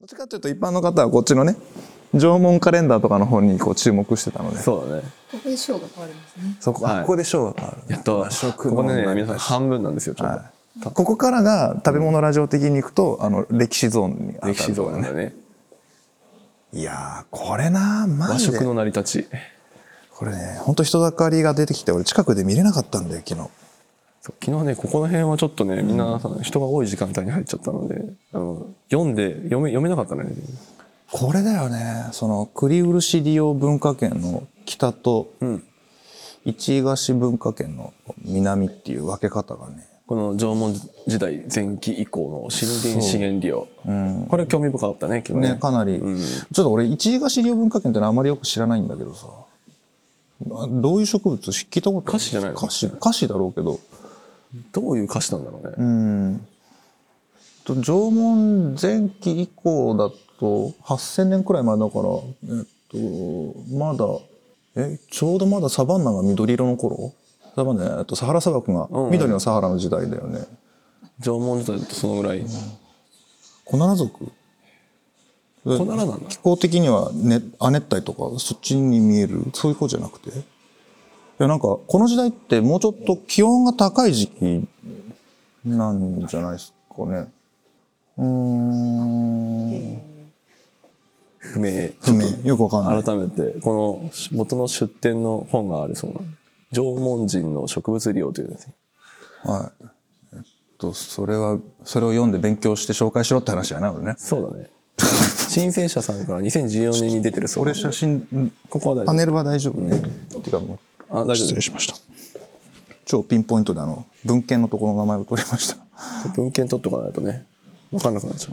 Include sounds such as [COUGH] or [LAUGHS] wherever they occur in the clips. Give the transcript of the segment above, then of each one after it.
どっちかというと一般の方はこっちのね縄文カレンダーとかの方にこう注目してたのでそうだね。ここで賞が変わりますね。そこ、はいあここで賞がある、やっと、食ここでね、の皆さん半分なんですよ、ちょっはい、ここからが食べ物ラジオ的に行くとあの歴史ゾーンに当と。たる歴史像なんだよね。いやーこれなマ和ジ食での成り立ち。これね本当人だかりが出てきて俺近くで見れなかったんだよ昨日そう昨日ね、ここの辺はちょっとね、みんな人が多い時間帯に入っちゃったので、あの、読んで、読め、読めなかったね。これだよねその栗漆利用文化圏の北とうん。一井菓子文化圏の南っていう分け方がねこの縄文時代前期以降の森林資源利用。これ興味深かったね、昨日ねかなり、うんちょっと俺一井菓子利用文化圏ってのはあまりよく知らないんだけどさあどういう植物聞いたこと菓子じゃないの菓子菓子だろうけどどういう歌詞なんだろうね。うんと縄文前期以降だと8,000年くらい前だから、えっと、まだえちょうどまだサバンナが緑色の頃サバンナじゃないえっとサハラ砂漠がうんうん緑のサハラの時代だよね。縄文時代だとそのぐらい。コナラ族コナラなんだ気候的には、ね、亜熱帯とかそっちに見えるそういうことじゃなくていやなんかこの時代ってもうちょっと気温が高い時期なんじゃないですかねうーん不明。不明よくわかんない改めてこの元の出典の本があるそうな縄文人の植物利用というですねはいえっとそれはそれを読んで勉強して紹介しろって話じゃないのねそうだね申請者さんから2014年に出てるそう俺写真ここは大パ丈ネルは大丈夫ね、てかもう夫あ大失丈礼しました超ピンポイントであの文献のところの名前を取りました夫文献取っとかないとね分かんなくなっちゃ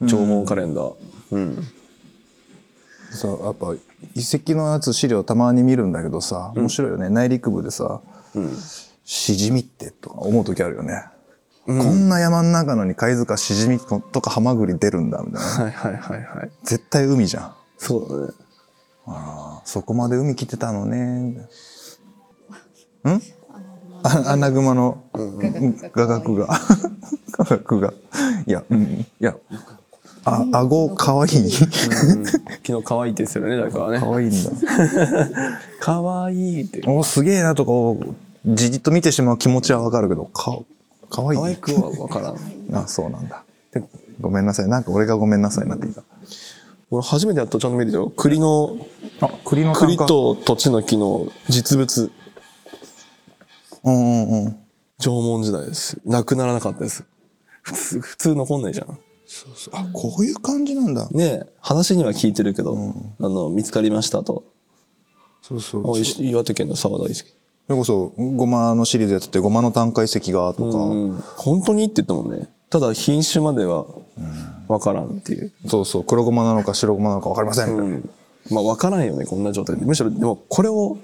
う縄文カレンダーうんさやっぱ遺跡のやつ資料たまに見るんだけどさ面白いよね、内陸部でさ、しじみってとか思う時あるよね、こんな山の中のに貝塚しじみとかハマグリ出るんだみたいなはいはいはいはい絶対海じゃんそうだねあそこまで海来てたのねんあアナグマの画角が画角がいやうんいやあ顎かわいい昨日可愛いって言ってたよねだからかねわいいんだ可愛いっておすげえなとかじじっと見てしまう気持ちはわかるけどかかわいい可愛くは分からんあそうなんだでごめんなさいなんか俺がごめんなさいなって言っ俺初めてやっとちゃんと見るよ栗のたあ栗の栗と土地の木の実物うんうんうん縄文時代です。なくならなかったです。普通、普通残んないじゃん。あこういう感じなんだねえ、話には聞いてるけど、あの、見つかりましたと。そうそあいし岩手県の沢田遺跡。それこそごまのシリーズやっててごまの単解石がとか、うん。本当にって言ったもんね。ただ品種までは、わからんっていう。そうそう黒ごまなのか白ごまなのかわかりません、みたいなうん。まあ、わからんよね、こんな状態で。むしろ、でも、これを、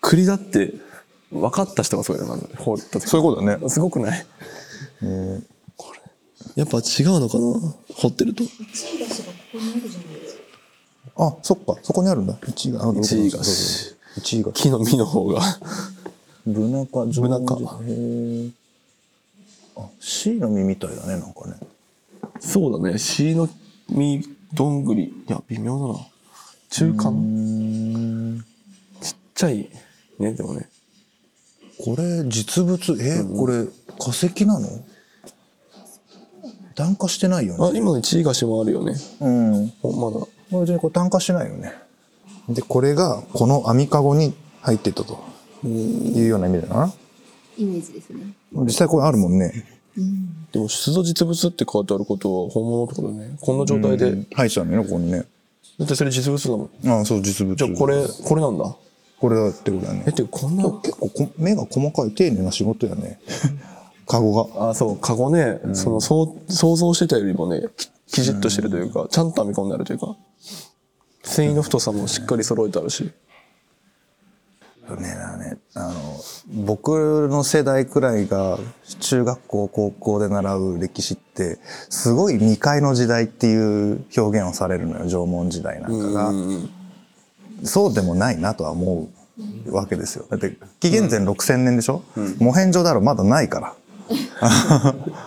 栗だって、分かった人がすごいよな、放った時そういうことだねすごくないこれ。やっぱ違うのかな掘ってると。一位出しがここにあるじゃないですか。あそっかそこにあるんだ1位が一位が1位が木の実の方が。ブナカブナカへーあ C の実みたいだねなんかねそうだね。シの実、どんぐり。いや、微妙だな。中間ちっちゃい。ね、でもね。これ実物えーこれ化石なの炭化してないよあね、今のチーガシもあるよね。うんおまだ。これ別にこれ炭化してないよねでこれがこの網かごに入ってたというような意味だなイメージですね。実際これあるもんねでも、出土実物って書いてあることは本物ってことだね。こんな状態で。入ってたんだよねここにねだってそれ実物だもん。ああそう実物じゃあ、これ、これなんだ。これだってことだよねえ、ってこんな。結構こ目が細かい丁寧な仕事や [LAUGHS] ねカゴがあ、そう、カゴね、その、そう、想像してたよりもね、ききじっとしてるというか、ちゃんと編み込んであるというか、繊維の太さもしっかり揃えてあるし。ねえなねあの僕の世代くらいが中学校高校で習う歴史ってすごい未開の時代っていう表現をされるのよ縄文時代なんかが、そうでもないなとは思うわけですよだって紀元前6000年でしょ、モ [LAUGHS] ヘンジョダロまだないから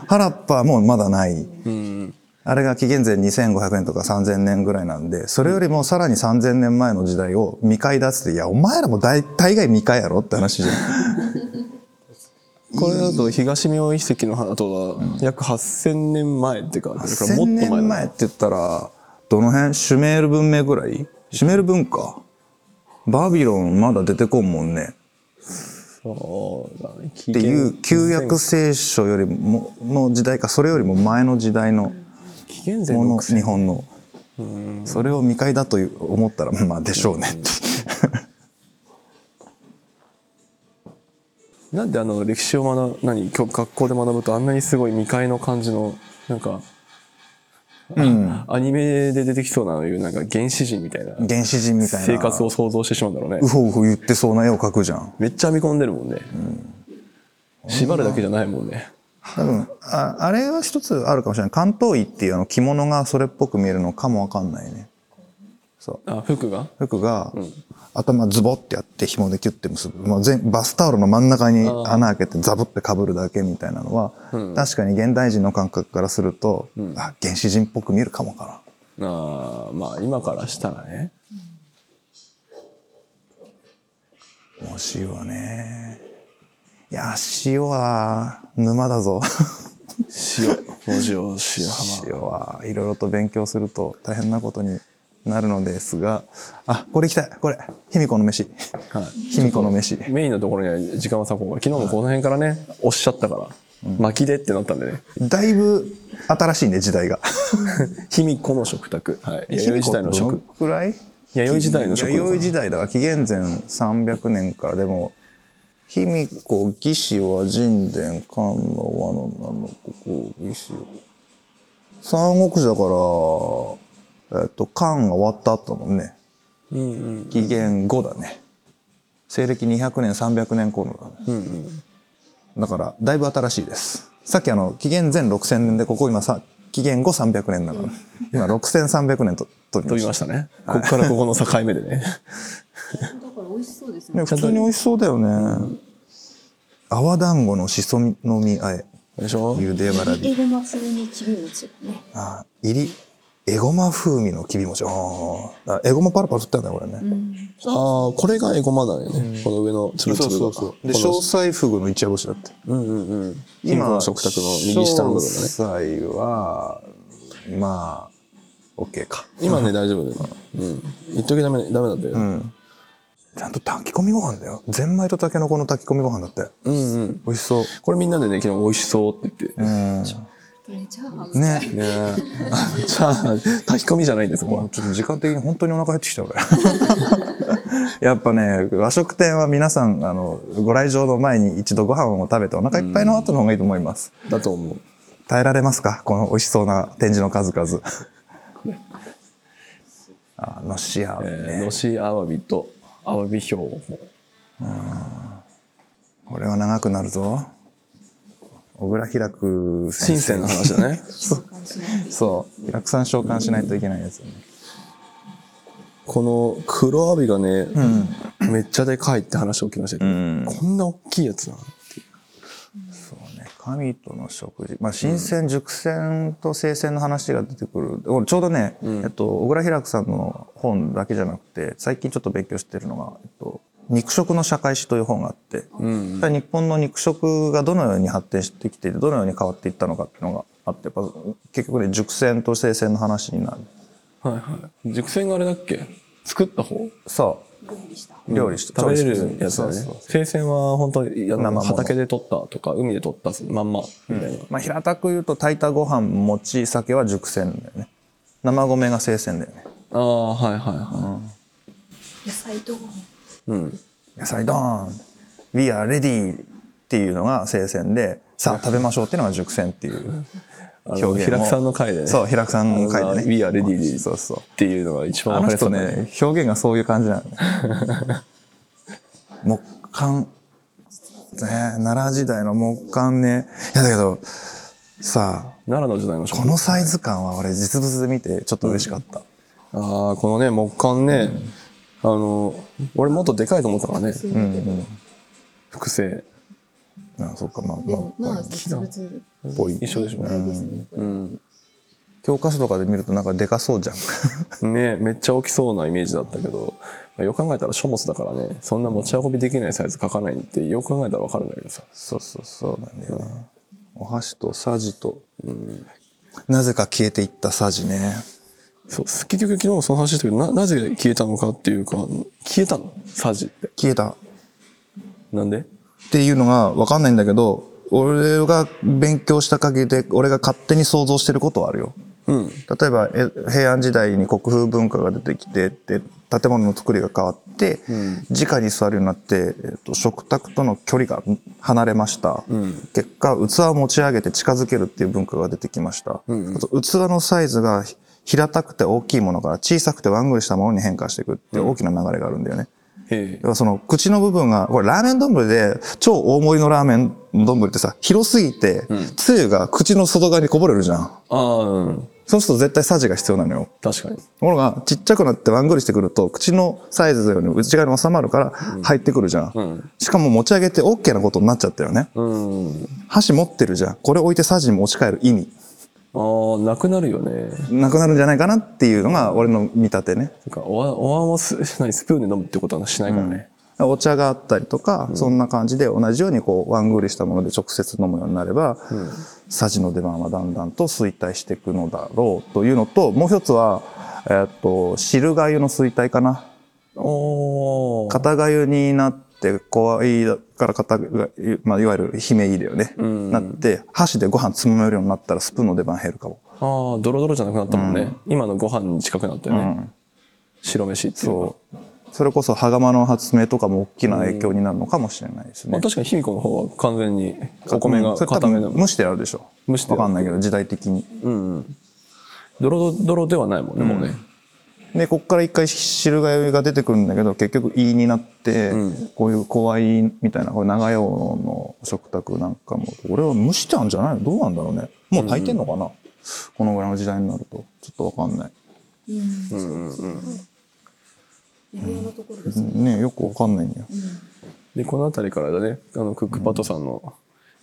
原っぱもまだない、うん。あれが紀元前2500年とか3000年ぐらいなんで、それよりもさらに3000年前の時代を未開だっつって、いや、お前らも大大概未開やろって話じゃん。 [LAUGHS] これだと東明遺跡の花とは約8000年前ってか、だからもっと1000前だ年前って言ったら、どの辺シュメール文明ぐらいシュメール文化。バビロンまだ出てこんもんね。そうだね。っっていう旧約聖書よりもの時代かそれよりも前の時代の紀元前ものの日本のそれを未開だという思ったらまあでしょうねってなんであの歴史を学ぶ何今日学校で学ぶとあんなにすごい未開の感じのなんか、うんアニメで出てきそうなのいうなんか原始人みたいな原始人みたいな生活を想像してしまうんだろうねうほうほ言ってそうな絵を描くじゃんめっちゃ編み込んでるもんね、縛るだけじゃないもんね多分ああれは一つあるかもしれない関東医っていうあの着物がそれっぽく見えるのかもわかんないねそうあ服が服が、頭ズボってやって紐でキュッて結ぶ、まあ、全バスタオルの真ん中に穴開けてザブってかぶるだけみたいなのは、確かに現代人の感覚からすると、あ原始人っぽく見えるかもかあーまあ今からした [LAUGHS] らねなもしはねいや塩は沼だぞ塩文字を塩浜塩はいろいろと勉強すると大変なことになるのですがあこれ行きたいこれ卑弥呼の飯はい卑弥呼の飯メインのところには時間は割こうが昨日もこの辺からねおっしゃったから、巻きでってなったんでねだいぶ新しいね時代が卑弥呼の食卓、はい、弥生時代の卑弥呼食どのくらい弥生時代の食弥生卓時代だから紀元前300年からでも卑弥呼魏志倭人伝漢の和のなのここ魏志倭三国志だから、えっと、漢が終わった後だもんねうんうん紀元後だね西暦200年300年頃だね、だからだいぶ新しいですさっきあの紀元前6000年でここ今さ紀元後300年なの、今6300年と飛び飛まびしたましたねここからここの境目でねだから美味しそうですねね。普通に美味しそうだよね、泡団子のしそみのみあえでしょゆでわらび英語も普通にきび餅がね。あ入りえごま風味のきび餅あーあえごまパラパラ振ったんだよこれね、ああ、これがエゴマだよね。この上のつぶつでぶが。この詳細フグの一夜干しだってうんうんうん。今の食卓の右下の部分だね。詳細はまあ OK か今ね、大丈夫だよ。うん。言っときダメ、ダメだったよ。うんちゃんと炊き込みご飯だよゼンマイとタケノコの炊き込みご飯だってうん。美味しそうこれみんなでね、昨日美味しそうって言って。うんこれチャーハン。ねねえ。 [LAUGHS] じゃあ、炊き込みじゃないんです、ここは。ちょっと時間的に本当にお腹減ってきた俺 [LAUGHS] やっぱね和食店は皆さんあのご来場の前に一度ご飯を食べてお腹いっぱいの後の方がいいと思いますだと思う。耐えられますかこの美味しそうな展示の数 [LAUGHS] 々あのしあわびね、えーのしあわびと、あわびひょうも。これは長くなるぞ小倉開く新鮮な話だね。紹介しないと。そうたくさん召喚しないといけないですよね、この黒あわびがね、めっちゃでかいって話を聞きましたけど、んこんな大きいやつなのそうね神との食事まあ新鮮熟鮮と生鮮の話が出てくる俺ちょうどね、えっと、小倉開くさんの本だけじゃなくて最近ちょっと勉強してるのが、えっと「肉食の社会史」という本があって、うん。日本の肉食がどのように発展してきていてどのように変わっていったのかっていうのがあってやっぱ結局ね熟鮮と生鮮の話になる。はいはい。熟成があれだっけ作った方そ料理した。う料理して、食べれるやつだそうねそう。生鮮は本当に生あものの畑で取ったとか海で取ったまんまみたいな。まあ、平たく言うと炊いたご飯餅酒は熟成だよね生米が生鮮だよねああはいはいは野菜とご飯。い。うん。野菜ドーン We are ready っていうのが生鮮でさあ食べましょうっていうのが熟成っていう [LAUGHS] あ表の現を平久さんの回でね。そう平久さんの回でねあの We are ready そうそうっていうのが一番あわのかりや人すいね。ね表現がそういう感じなのね [LAUGHS] 木簡ね奈良時代の木簡ねいやだけどさあ奈良の時代の食このサイズ感は俺実物で見てちょっと嬉しかった、ああ、このね、木管ね、あの、俺もっとでかいと思ったからね、複製。あそっかまあでまあもまあ実物ぽい一緒でしょ。ですね。うん。教科書とかで見るとなんかでか [LAUGHS] そうじゃん。ねめっちゃ大きそうなイメージだったけど、まあよく考えたら書物だからね、そんな持ち運びできないサイズ書かないって、よく考えたらわかるんだけどさ。そうそうそうなんだよね。お箸とサジと、なぜか消えていったサジね。そう、結局昨日もその話したけど、な、なぜ消えたのかっていうか、消えたのサジって。消えた。なんでっていうのがわかんないんだけど、俺が勉強した限りで、俺が勝手に想像してることはあるよ。うん。例えば、え平安時代に国風文化が出てきて、で、建物の作りが変わって、直に座るようになって、えっと、食卓との距離が離れました。結果、器を持ち上げて近づけるっていう文化が出てきました。あと器のサイズがひ平たくて大きいものから小さくてワングリしたものに変化していくっていう大きな流れがあるんだよね。へえ。要はその口の部分が、これラーメン丼で、超大盛りのラーメン丼ってさ、広すぎて、つゆが口の外側にこぼれるじゃん。ああ、うん。そうすると絶対サジが必要なのよ。確かに。ところが、ちっちゃくなってワングリしてくると、口のサイズよりも内側に収まるから入ってくるじゃん。んしかも持ち上げて OK なことになっちゃったよね。うん。箸持ってるじゃん。これ置いてサジに持ち帰る意味、ああ、なくなるよね。なくなるんじゃないかなっていうのが俺の見立てね。なんか、おわ、おわんはす、何、スプーンで飲むってことはしないからね。お茶があったりとか、そんな感じで同じようにこうワングリしたもので直接飲むようになれば、サジの出番はだんだんと衰退していくのだろうというのともう一つは、えーっと汁がゆの衰退かなおお。片がゆになって怖いから片がゆ、まあ、いわゆる姫いだよね、なって箸でご飯つまめるようになったらスプーンの出番減るかもああ、ドロドロじゃなくなったもんね。今のご飯に近くなったよね。白飯っていうのはそれこそ羽釜の発明とかも大きな影響になるのかもしれないですね、まあ、確かに卑弥呼の方は完全にお米がそれ多固めの分。蒸してあるでしょ蒸してあるわかんないけど時代的にドロドロではないもんね、もうね。でこっから一回汁がゆが出てくるんだけど結局胃になって、こういう怖いみたいなこれ長屋の食卓なんかも俺は蒸してあるんじゃないのどうなんだろうねもう炊いてんのかな、このぐらいの時代になるとちょっとわかんない微妙なところです。ねよくわかんないんだよ、で、この辺りからだね、あの、クックパッドさんの、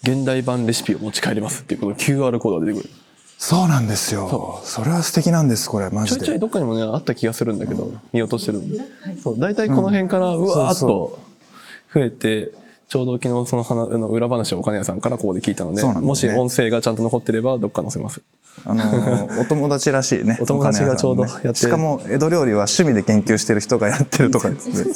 現代版レシピを持ち帰りますっていうこの QR コードが出てくる。そうなんですよそれは素敵なんですこれマちょジいちょでいどっかにもね、あった気がするんだけど、見落としてるの。そう、大体この辺から、うわーっと増えて、ちょうど昨日その話の裏話をお金屋さんからここで聞いたので、そうなんだよねもし音声がちゃんと残ってれば、どっか載せます。あの [LAUGHS] ーお友達らしいねお友達が金谷さんのねちょうどやってしかも江戸料理は趣味で研究してる人がやってるとかですね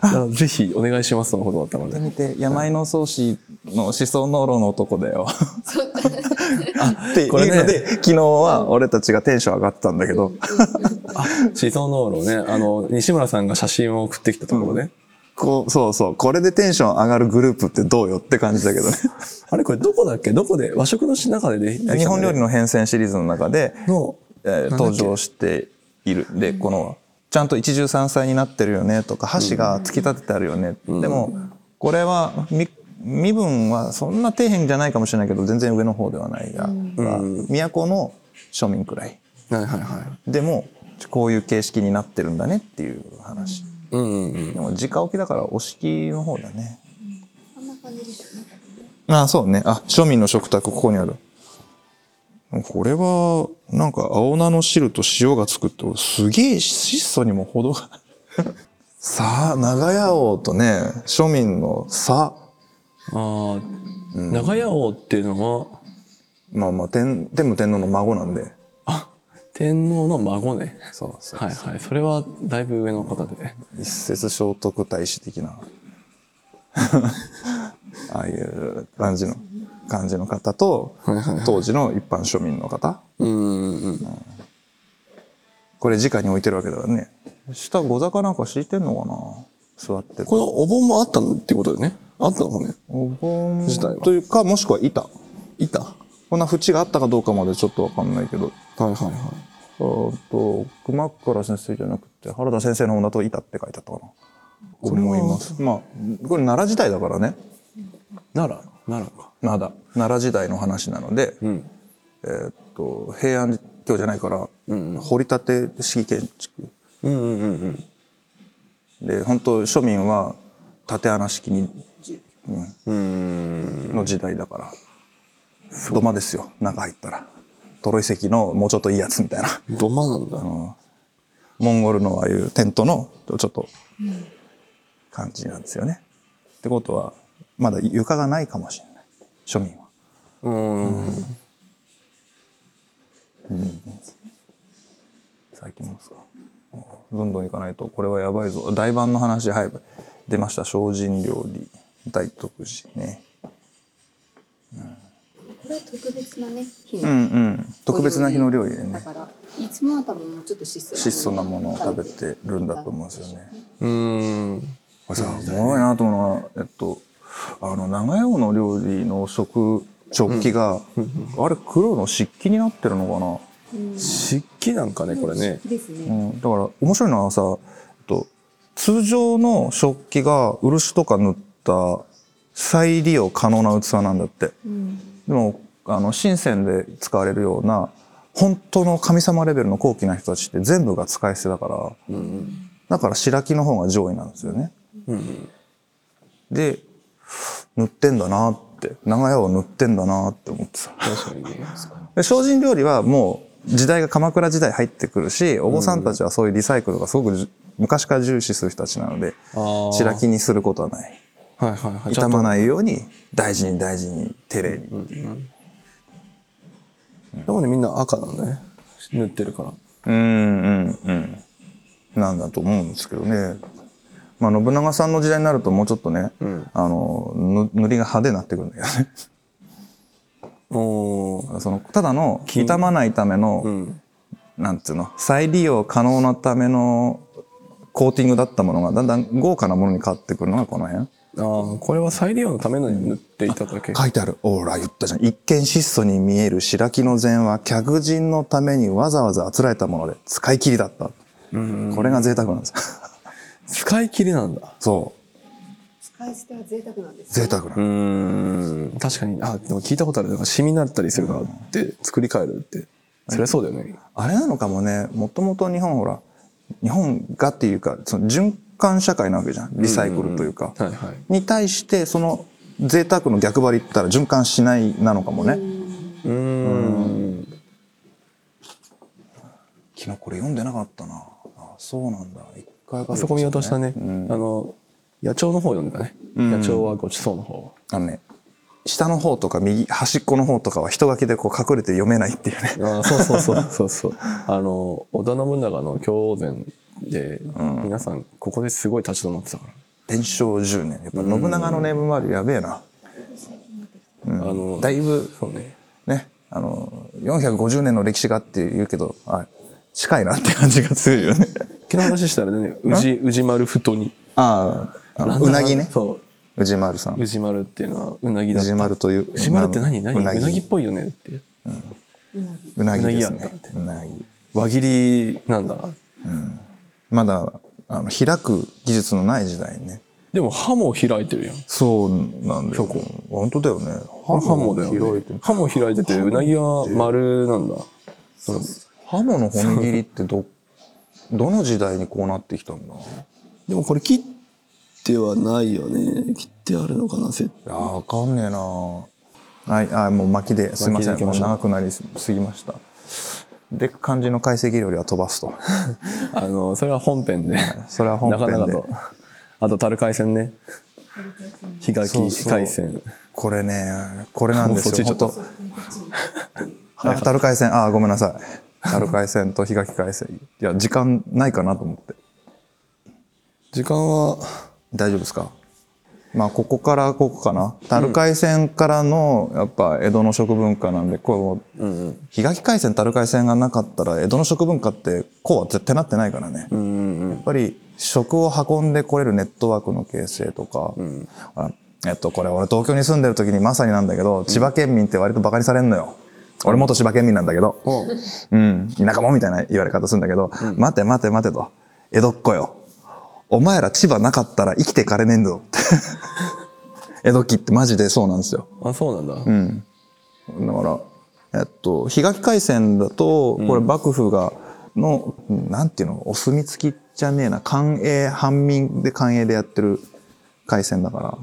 だからぜひお願いしますとのことだったので。見て、山井の宗師の思想濃炉の男だよ。 [LAUGHS] っていうこれねので、昨日は俺たちがテンション上がったんだけど、シソノーロね、あの、西村さんが写真を送ってきたところね。こう、そうそう、これでテンション上がるグループってどうよって感じだけど [LAUGHS] ね。あれこれどこだっけどこで和食の中でね、日本料理のの変遷シリーズの中で、の、えーなんだっけ登場している。で、この、ちゃんと一汁三菜になってるよねとか、箸が突き立ててあるよね。でも、これは、み身分はそんな底辺じゃないかもしれないけど、全然上の方ではないが、都の庶民くらい。はいはいはい。でもこういう形式になってるんだねっていう話、うんうんうん。でも直置きだからお式の方だねこんな感じでしょうね。ああそうねあ庶民の食卓ここにあるこれはなんか青菜の汁と塩がつくってすげえ質素にも程が [LAUGHS] さあ長屋王とね庶民の差ああ、長屋王っていうのは、まあまあ天天武天皇の孫なんであ、天皇の孫ね。そうそうはいはい。それはだいぶ上の方で。一説聖徳太子的な [LAUGHS] ああいう感じの感じの方と当時の一般庶民の方うんうん。これ直に置いてるわけだからね下御座かなんか敷いてんのかな座ってるこのお盆もあったのってことでね。あったのかね。お盆自体はというかもしくは板いた。はこんな縁があったかどうかまでちょっとわかんないけどいはいはあと熊倉先生じゃなくて原田先生の方だと板って書いてあったかな思いますまあこれ奈良時代だからねい。奈良奈良か。まだ奈良時代の話なので、えーっと平安京じゃないから、掘り立て式建築うんうんうんうん。で本当庶民は縦穴式に、うんの時代だから土間ですよ中入ったらトロイ石のもうちょっといいやつみたいな。 [LAUGHS] ど真なんだ。モンゴルのああいうテントのちょっと感じなんですよね。ってことはまだ床がないかもしれない庶民は。うん。うん最近もですか。どんどん行かないとこれはやばいぞ。大盤の話はい出ました精進料理大徳寺ね。これは特別なね、日うの。んうん特別な日の料理でだねから、いつもは多分もうちょっと質質素なものを食べてるんだと思うんですよね。うん。これさ、おもろいなと思うのは、えっと、あの、長屋の料理の食、食器が、あれ黒の漆器になってるの漆器なんかね、これね。ですかな、ね。うん、だから、面白いのはさ、えっと、通常の食器が漆とか塗った再利用可能な器なんだって。うん。でも、あの、深センで使われるような、本当の神様レベルの高貴な人たちって全部が使い捨てだから、うん。だから白木の方が上位なんですよね。うん。で、塗ってんだなって、長屋を塗ってんだなって思ってた。確かにね。で精進料理はもう時代が鎌倉時代入ってくるし、お坊さんたちはそういうリサイクルがすごくじゅ昔から重視する人たちなので、ああ。白木にすることはない。はいはいはい。傷まないように、大事に大事に、丁寧に。でもね、みんな赤なんだね。塗ってるから。うんうんうん。なんだと思うんですけどね。まあ、信長さんの時代になるともうちょっとね、うんあの、ぬ塗りが派手になってくるんだけどね。おー。その、ただの、傷まないための、うん。なんつうの、再利用可能なためのコーティングだったものが、だんだん豪華なものに変わってくるのがこの辺。ああ、これは再利用のためのに塗っていただけ。書いてある。オーラ言ったじゃん。一見質素に見える白木の禅は、客人のためにわざわざあつらえたもので、使い切りだった。これが贅沢なんです。使い切りなんだ。 [LAUGHS] そう。使い捨ては贅沢なんです贅よ。沢な。うーん。確かに、あ、でも聞いたことある。だからシミになったりするからって、作り変えるって。そりゃそうだよね。あれなのかもね、もともと日本ほら、日本がっていうか、その循環社会なわけじゃん。リサイクルというか。はいはい。に対して、その贅沢の逆張りって言ったら循環しないなのかもね。うーん。昨日これ読んでなかったなあそうなんだ一回あそこ見渡したね。うんあの、野鳥の方読んでたね。ん野鳥はごちそうの方。あのね下の方とか右端っこの方とかは人書きでこう隠れて読めないっていうねあーそうそうそうそうそう。 [LAUGHS] あの、織田信長の狂禅で、皆さん、ここですごい立ち止まってたから。伝承10年やっぱ信長のネーム周りやべえな、あの、だいぶそうね。ねあの450年の歴史があって言うけどあ近いなって感じがするよ [LAUGHS] ね昨日話したら [LAUGHS] ね、宇治、宇治丸太に。あああなのんだうなぎねそうじまるさう。ん宇治丸っていうのはうなぎうだっじた。まるという宇治丸って何何ううななぎぎっぽいよねって。うなぎですうなぎやねったうなぎ輪切りなんだな。まだあの開く技術のない時代にねでも歯も開いてるやん。そうなんだよ。本当だよね。これ歯もだよ、広ねいと。歯も開いてて、うなぎは丸なんだ。そうハモの本切りってど、 [LAUGHS] どの時代にこうなってきたんだいでもこれ切ってはないよね。切ってあるのかな、セッやー、わかんねえなはい、あーもう巻きですいませ巻きん。でもういきましょう長くなりすぎました。で、漢字の解析料理は飛ばすと。あの、それは本編で。それは本編でなかなかと。あと、樽海鮮ね。日垣そうそう海鮮。 [LAUGHS] これね、これなんですもうそっちよ。行っ本ちゃ当ったあ、タル海鮮、あー、ごめんなさい。タル海鮮と日垣海鮮。いや、時間ないかなと思って。時間は、大丈夫ですかまあここからここかな樽海線からのやっぱ江戸の食文化なんでこう、日垣海線樽海線がなかったら江戸の食文化ってこうは絶対なってないからね、うんうんうやん。っぱり食を運んでこれるネットワークの形成とか、あえっとこれ俺東京に住んでる時にまさになんだけど千葉県民って割とバカにされんのよ俺元千葉県民なんだけど、うん、田舎もみたいな言われ方するんだけど、待て待て待てと江戸っ子よお前ら千葉なかったら生きてかれねえんだぞ [LAUGHS] って江戸期ってマジでそうなんですよあ、そうなんだ。だから、えっと、日垣海鮮だと、これ幕府が、の、なんていうの、お墨付きじゃねえな、官営、藩民で官営でやってる海鮮だか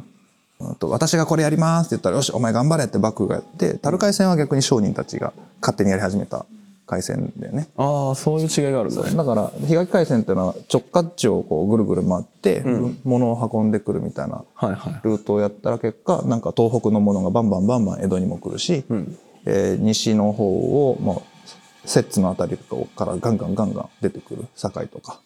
ら、うんと私がこれやりますって言ったら、よし、お前頑張れって幕府がやって、樽海戦は逆に商人たちが勝手にやり始めた海戦だよね。ああそういう違いがあるんだねだから、日垣海戦っていうのは直下地をこうぐるぐる回って、ん物を運んでくるみたいなはいはいルートをやったら結果、なんか東北のものがバンバンバンバン江戸にも来るし、うんえー西の方をもう摂津のあたりとかからガンガンガンガン出てくる堺とか、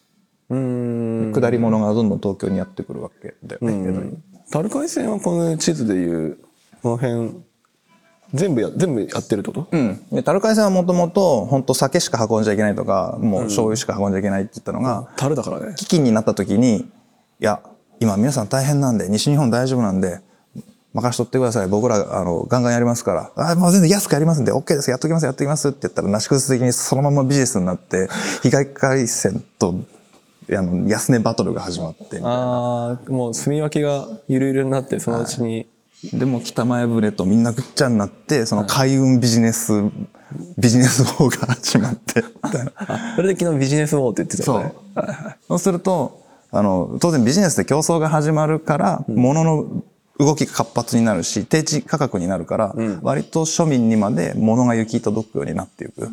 うーん下り物がどんどん東京にやってくるわけだよね、江戸に。樽海線はこの地図でいうこの辺全部や全部やってるってことうん。で、樽海線はもともと、本当酒しか運んじゃいけないとか、もう醤油しか運んじゃいけないって言ったのが、樽だからね飢饉になった時に、いや、今皆さん大変なんで、西日本大丈夫なんで、任しとってください。僕ら、あの、ガンガンやりますから。あ、もう全然安くやりますんで、OK です。やっときます、やっときますって言ったら、なし崩し的にそのままビジネスになって、被害回線と、あの、安値バトルが始まって。ああもう住み分けがゆるゆるになってそのうちに、でも北前船とみんなぐっちゃになって、その海運ビジネス、ビジネス法が始まって、みたいな。あそれで昨日ビジネスウォーって言ってたそようね。そうすると、あの、当然ビジネスで競争が始まるから、物の動きが活発になるし、低地価格になるから、割と庶民にまで物が行き届くようになっていく。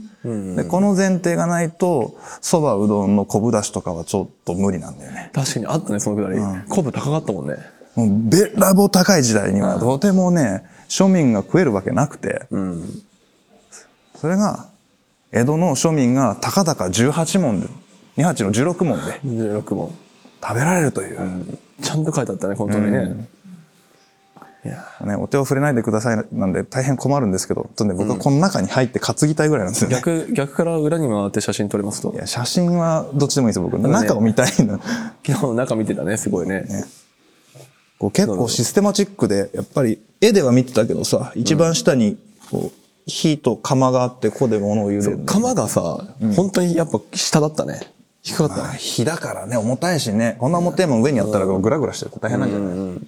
で、この前提がないと、蕎麦うどんの昆布だしとかはちょっと無理なんだよね。確かにあったねそのくだり昆布高かったもんねもう、べらぼう高い時代には、とてもね、庶民が食えるわけなくて、うんそれが、江戸の庶民がたかだか18問で、28の16問で16問食べられるという。ちゃんと書いてあったね本当にね、いやね、お手を触れないでくださいなんで大変困るんですけど、とね、僕はこの中に入って担ぎたいぐらいなんですよね。逆逆から裏に回って写真撮れますといや、写真はどっちでもいいですよ、僕。ね中を見たいの。昨日の中見てたねすごいねこう結構システマチックで、やっぱり絵では見てたけどさ、一番下に、こう、火と釜があって、ここで物を茹でるんだよね。釜がさ、本当にやっぱ下だったね低かったねまあ火だからね、重たいしね、こんな重たいもん上にやったらこうグラグラしてて大変なんじゃない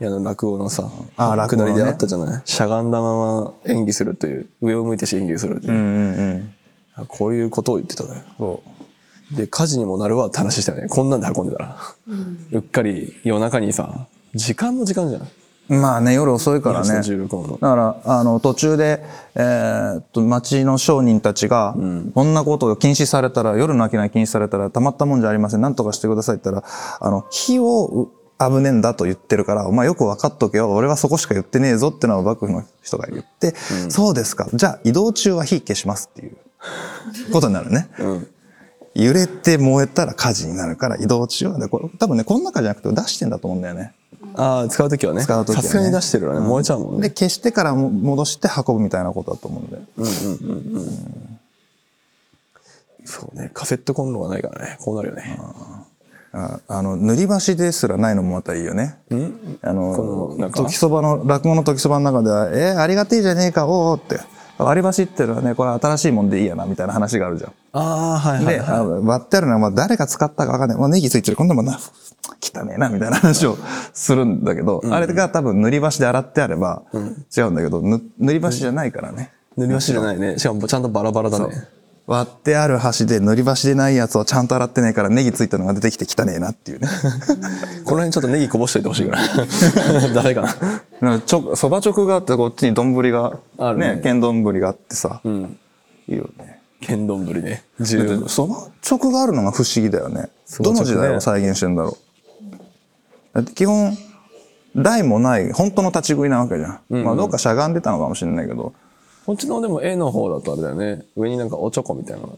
いや落語のさあー落語下のねりであったじゃないしゃがんだまま演技するという上を向いてして演技するという、うんうんうん。あこういうことを言ってたねそう。で火事にもなるわって話したよねこんなんで運んでたら、うっかり夜中にさ時間も時間じゃんまあね、夜遅いからね。東の16号のだから、あの、途中で、えーっと、町の商人たちが、こんなことを禁止されたら、夜の商い禁止されたら、たまったもんじゃありません。なんとかしてくださいって言ったら、あの、火をう危ねえんだと言ってるから、お前よく分かっとけよ。俺はそこしか言ってねえぞってのは幕府の人が言って、そうですか。じゃあ移動中は火消しますっていうことになるね。 [LAUGHS] 揺れて燃えたら火事になるから移動中は、でこれ多分ね、この中じゃなくて出してんだと思うんだよね。ああ使う時はね使う時はさねすがに出してるわね、燃えちゃうもんでね消してからも戻して運ぶみたいなことだと思うんで、そうねカセットコンロがないからねこうなるよねああの塗り箸ですらないのもまたいいよねあのこの中時そばの落語の時そばの中では「えー、ありがてえじゃねえかおお」って「割り箸ってのはねこれ新しいもんでいいやな」みたいな話があるじゃんああはいはいで、あの割ってあるのは、まあ、誰が使ったかわかんない。まあ、ネギついてる。こんなもんな、汚ねえな、みたいな話をするんだけど、あれが多分塗り箸で洗ってあれば、違うんだけど、ぬ塗り箸じゃないからね。塗り箸じゃないねしかもちゃんとバラバラだね割ってある箸で塗り箸でないやつをちゃんと洗ってないからネギついたのが出てきて汚ねえなっていうね。この辺ちょっとネギこぼしといてほしいから [LAUGHS] ダメかな [LAUGHS] なんかちょそば直があってこっちに丼が、あるねね、剣丼があってさ、いいよね。剣丼ぶりねだって10そば直があるのが不思議だよね。そばど直のね時代を再現してんだろう。だって基本、台もない、本当の立ち食いなわけじゃん。まあどっかしゃがんでたのかもしれないけど。こっちのでも絵の方だとあれだよね上になんかおちょこみたいなのが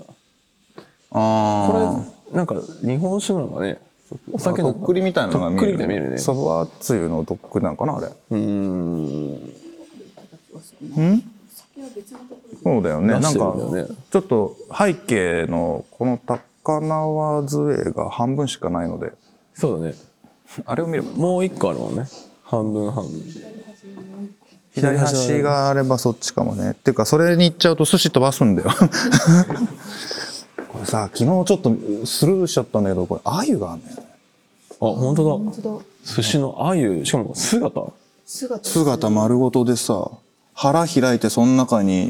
あこれなんか日本酒なのかねおお酒酒ののとっくりみたいなのが見えとっくりる、みたいなの見えるねそばつゆのとっくりなのかな、あれ。うーん先は別のところでそうだよね。出なしんてるかんだよね、ちょっと背景のこの高輪図絵が半分しかないので、そうだね [LAUGHS] あれを見れば、もう一個あるもんね半分半分左端があればそっちかもね。っていうか、それに行っちゃうと寿司飛ばす [LAUGHS] んだよ。これさ、昨日ちょっとスルーしちゃったんだけど、これ、鮎があるんだよね。あ本当だ本当だ寿司の鮎しかも姿姿姿丸ごとでさ、腹開いてその中に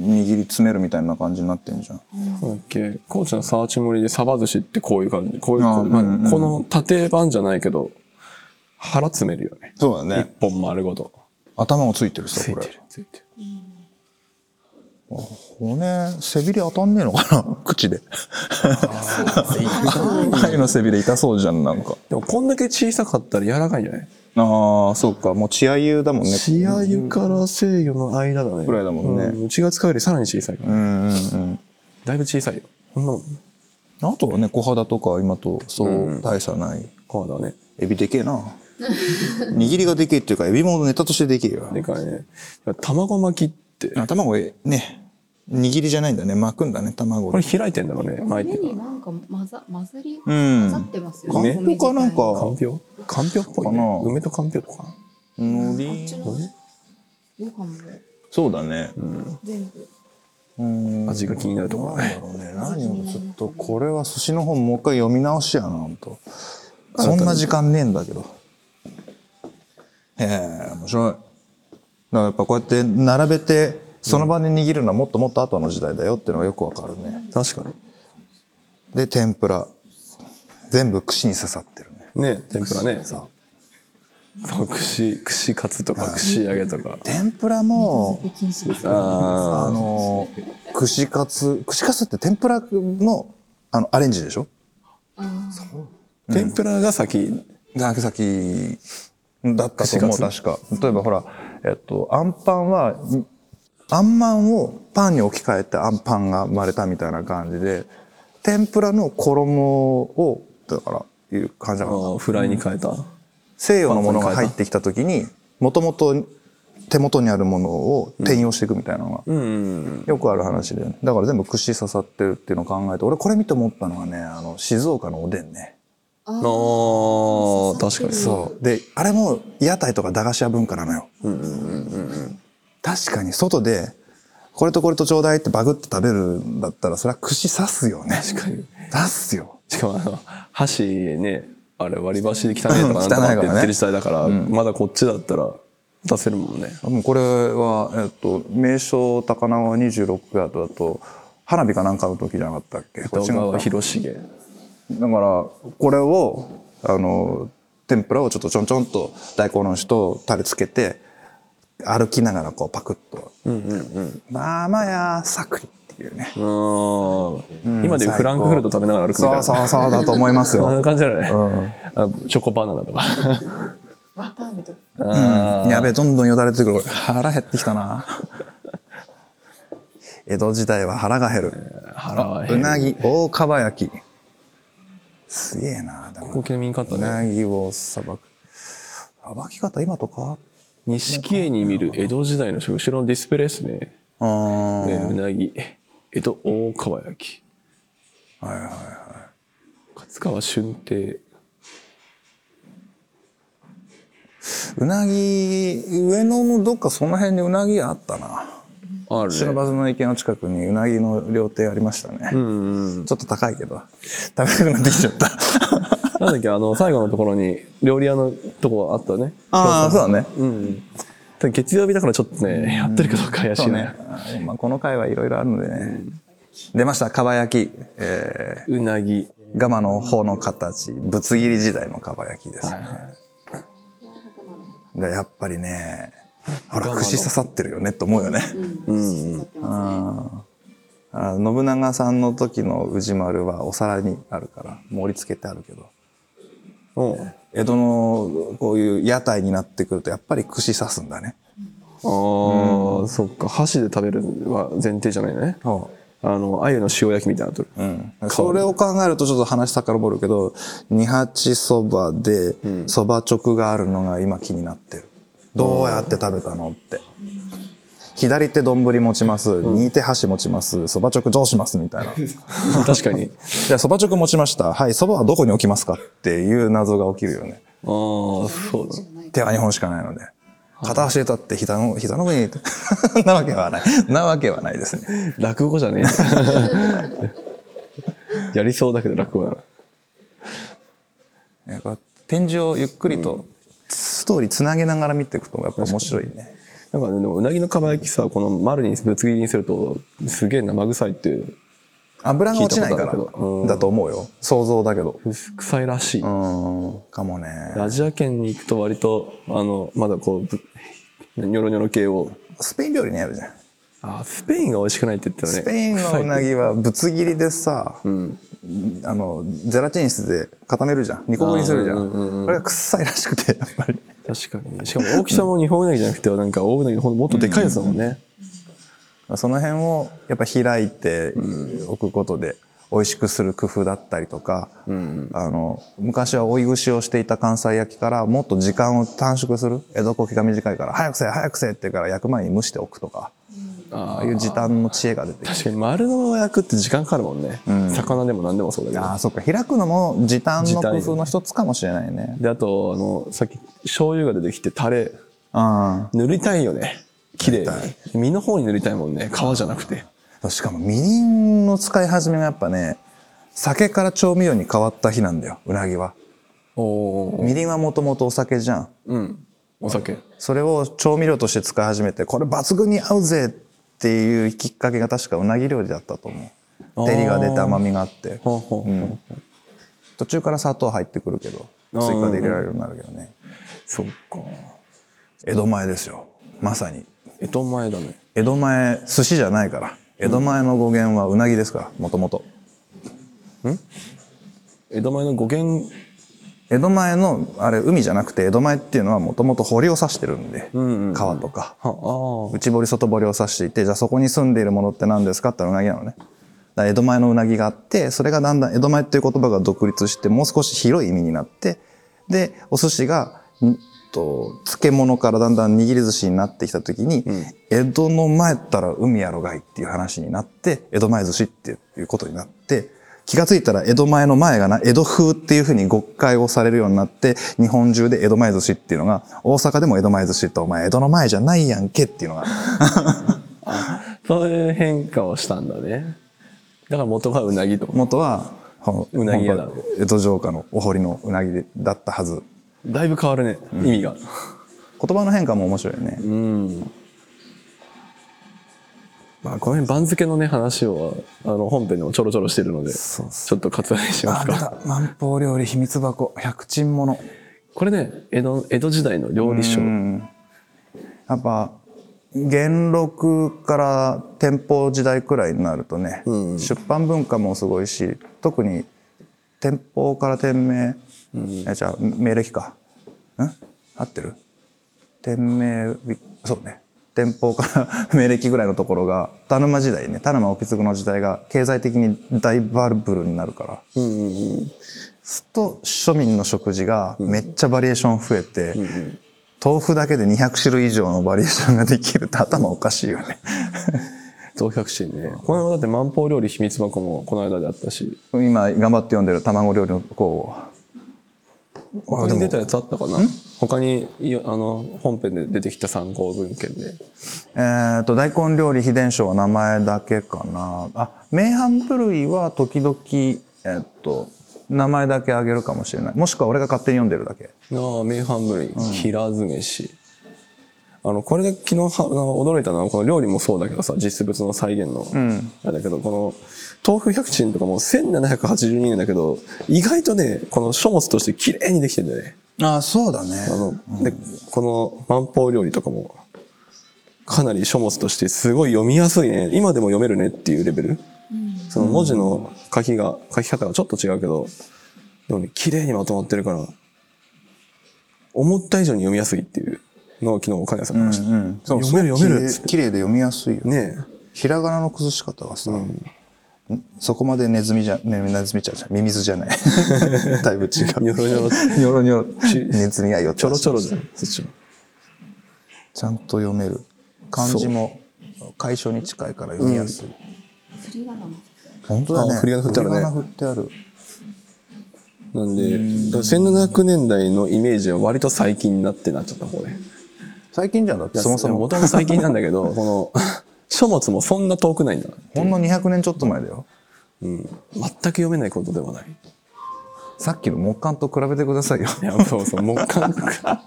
握り詰めるみたいな感じになってんじゃん。なんだっけ高知のサーチ盛りでサバ寿司ってこういう感じこういうあーこういうまあうんうんこの縦版じゃないけど腹詰めるよね。そうだ一ね。本丸ごと。頭もついてるつさ、いこてれる。、ついてる。骨、背びれ当たんねえのかな [LAUGHS] 口で。 [LAUGHS] 愛の背びれ痛そうじゃん、なんか。でもこんだけ小さかったら柔らかいんじゃないああ、そうか。もう血合い湯だもんね。血合湯から制御の間だね。ぐらいだもんねう血が使うよりさらに小さいかうら。んうんうん。だいぶ小さいよ。こんなもん。あとはね、小肌とかは今とそうんう大差ない。コアだね。エビでけえ [LAUGHS] な。握りがでけえっていうか、エビもネタとしてでけえよ。でかいね。卵巻きって、あ卵え、ね、握りじゃないんだね。巻くんだね、卵こでれ。開いてんだろうね。巻い目てるに。なんか混ざ混ざりう混ざっん。てますよねね。米自体なんとかなんかかんぴょうかんぴょうっぽいかなね。梅とかんぴょうとかな。海あっ苔ちのご飯もそうだね。全部うん。味が気になるとこなんだだね。ろうね。何をちょっと、これは寿司の本もう一回読み直しやな、ほんと。そんな時間ねえんだけど。へえ、面白い。だからやっぱこうやって並べて、その場で握るのはもっともっと後の時代だよっていうのがよくわかるね。確かで、天ぷら。全部串に刺さってるね。に。ね、天ぷらね。さそう、串、串カツとか串揚げとか。天ぷらも、禁止です。ああの、串カツ、串カツって天ぷらの、あの、アレンジでしょああ、天ぷらが先。長崎だったと思う、串カ確か。例えばほら、えっと、アンパンは、んアンマンをパンに置き換えてアンパンが生まれたみたいな感じで、天ぷらの衣を、だから、いう感じなのかなああ、フライに変えた。西洋のものが入ってきた時に、もともと手元にあるものを転用していくみたいなのが、うん。よくある話だよね。だから全部串刺さってるっていうのを考えて、俺これ見て思ったのはね、あの、静岡のおでんね。ああーあ、確かに。そう。で、あれも屋台とか駄菓子屋文化なのよ。確かに外で、これとこれとちょうだいってバグって食べるんだったら、それは串刺すよね。確かに。刺すよ。しかもあの、箸ね、あれ割り箸汚いとかなんとうん汚いかからねって言ってる時代だから、まだこっちだったら出せるもんね。もうこれは、えっと、名称高輪26ヤードだと、花火かなんかの時じゃなかったっけこっ動ち画のは広重。だから、これを、あの、天ぷらをちょっとちょんちょんと大根のしとタレつけて、歩きながらこうパクッと。うんうんうん。まあまあや、さくりっていうね。うん、今でいうフランクフルト食べながら歩くみたいそな。うそうそうだと思いますあよ。 [LAUGHS] の感じだよね。あチョコバナナとか。わたあめとかあやべえ、どんどんよだれてくる。腹減ってきたな。 [LAUGHS] 江戸時代は腹が減る。ー腹は減うるなぎ、大かば焼き。すげえな。でもここ県民かったうね。なぎをさばく。さばき方、今と変わっ錦絵に見る江戸時代の後ろのディスプレイですね。あーねうなぎ。江戸大川焼き。はいはいはい。勝川春亭。うなぎ、上野のどっかその辺にうなぎあったな。あるね。白バズの池の近くにうなぎの料亭ありましたね。ちょっと高いけど。食べたくなってきちゃった。なんだっけ、あの、最後のところに、料理屋のとこあったね。 [LAUGHS] あ [LAUGHS] あ、そうだね。うん。ただ月曜日だからちょっとね、やってるかどうか怪しそういねね。。まあ、この回はいろいろあるのでね。出ました、かば焼き。えうなぎ。ー、ガマの方の形、ぶつ切り時代のかば焼きですね。でやっぱりね、ほら、ガマの串刺さってるよねと思うよね。うん刺さってまあ信長さんの時の氏丸はお皿にあるから、盛り付けてあるけど。うん。あ江戸のこういう屋台になってくると、やっぱり串刺すんだね。あ、そっか。箸で食べるは前提じゃないね。そあの、鮎の塩焼きみたいなのとる。 [LAUGHS] う。うん。それを考えるとちょっと話遡るけど、二八そばで、そば直があるのが今気になってる。どうやって食べたのって。左手丼持ちます、右手箸持ちます、そば直どうしますみたいな。確かに。じゃあそば直持ちました。はい、そばはどこに置きますかっていう謎が起きるよね。ああ、そうだ。手は2本しかないので。片足で立って膝の、膝の上に、 [LAUGHS] なわけはない。なわけはないですね。落語じゃねえ。 [LAUGHS] やりそうだけど落語だな。やっぱ展示をゆっくりと、ストーリーつなげながら見ていくと、やっぱ面白いね。なんかね、でもうなぎのかば焼きさ、この丸にぶつ切りにすると、すげえ生臭いって油が落ちないから聞いたことあるけどうんだと思うよ。想像だけど。臭いらしい。うん、かもね。アジア圏に行くと割と、あの、まだこうぶ、ニョロニョロ系を。スペイン料理にあるじゃん。あ、スペインが美味しくないって言ってたね。スペインのうなぎ。ぎはぶつ切りでさ、うん。あの、ゼラチン質で固めるじゃん。煮込みにするじゃあーうんうんうんん。あれが臭いらしくて、やっぱり。確かにね。しかも大きさも日本うなぎじゃなくて、なんか大うなぎのほんともっとでかいやつだもんね。その辺をやっぱ開いておくことで美味しくする工夫だったりとか、あの昔は追い串をしていた関西焼きからもっと時間を短縮する江戸っ子気が短いから早くせえ早くせえって言うから焼く前に蒸しておくとかあああいう時短の知恵が出てきて確かに丸の焼くって時間かかるもんね。ん魚でも何でもそうだけど。ああそっか開くのも時短の工夫の一つかもしれないねで、あと、あの、さっき醤油が出てきて、タレ、あ塗りたいよね。綺麗塗りに。身の方に塗りたいもんね。皮じゃなくて。あしかもみりんの使い始めがやっぱね酒から調味料に変わった日なんだようなぎはおお。みりんはもともとお酒じゃんうん。お酒。それを調味料として使い始めてこれ抜群に合うぜっていうきっかけが確かうなぎ料理だったと思あーう照りが出て甘みがあってほうほうほううん途中から砂糖入ってくるけどあー追加で入れられるようになるけどねそっか。江戸前ですよまさに江戸前だね。江戸前寿司じゃないから江戸前の語源はうなぎですからもともと江戸前の語源、江戸前のあれ海じゃなくて江戸前っていうのはもともと堀を指してるんでんうんうん川とかは、あ内堀外堀を指していてじゃあそこに住んでいるものって何ですかってのはうなぎなのねだから江戸前のうなぎがあってそれがだんだん江戸前っていう言葉が独立してもう少し広い意味になってでお寿司がんと漬物からだんだん握り寿司になってきた時に、江戸の前ったら海やろがいっていう話になって江戸前寿司っていうことになって気がついたら江戸前の前がな江戸風っていうふうに誤解をされるようになって日本中で江戸前寿司っていうのが大阪でも江戸前寿司ってお前江戸の前じゃないやんけっていうのがああ。そういう変化をしたんだね。だから元がうなぎと。元はほうなぎ屋だ本当は江戸城下のお堀のうなぎでだったはずだいぶ変わるね、意味が。言葉の変化も面白いよね、うん。まあ、この辺番付のね、話を、あの、本編でもちょろちょろしてるので、そうっすちょっと割愛しますか。た万宝料理秘密箱百珍物これね、江戸、江戸時代の料理書。うんやっぱ元禄から天保時代くらいになるとね、うん出版文化もすごいし特に天保から天明、えじゃあ明暦かん合ってる天明日そうね天保から明暦ぐらいのところが田沼時代ね田沼意次の時代が経済的に大バブルになるから、すっと庶民の食事がめっちゃバリエーション増えて、豆腐だけで200種類以上のバリエーションができるって頭おかしいよね [LAUGHS] 増百神ね。この間だって万宝料理秘密箱もこの間であったし。今頑張って読んでる卵料理のこう他に出たやつあったかな他に、いあの、本編で出てきた参考文献で。えー、と大根料理秘伝書は名前だけかなあ名阪部類は時々えーっと名前だけあげるかもしれないもしくは俺が勝手に読んでるだけああ、名飯部類、平詰めし。あの、これで昨日はあの驚いたのは、この料理もそうだけどさ、実物の再現の。あれだけど、この、豆腐百珍とかも1782年だけど、意外とね、この書物として綺麗にできてんだよね。あそうだあねの、で、この万宝料理とかも、かなり書物としてすごい読みやすいね。今でも読めるねっていうレベル。その文字の書きが、書き方がちょっと違うけど、でもね、綺麗にまとまってるから、思った以上に読みやすいっていうのを昨日お金さんが話して、うんそう読める読めるっつすっごいて。綺麗綺麗で読みやすいよね [LAUGHS] ひらがなの崩し方はさ、そこまでネズミじゃ、ね、ネズミちゃうじゃんミミズじゃないだいぶ違え。ニうョロニョロ、ニョロニョロネズミはよちょろちょろじゃん。そっちはちゃんと読める漢字も楷書に近いから読みやすい、振り仮名も本当だねあ振り仮名振ってある振りね仮名振ってあるなんで、だから1700年代のイメージは割と最近になってなっちゃった方で。最近じゃんだってそもそももともと最近なんだ [LAUGHS] けど、この、書物もそんな遠くないんだ。ほんの200年ちょっと前だようん。全く読めないことで [LAUGHS] はない。さっきの木簡と比べてくだ [LAUGHS] さいよいや、そうそう、木簡とか。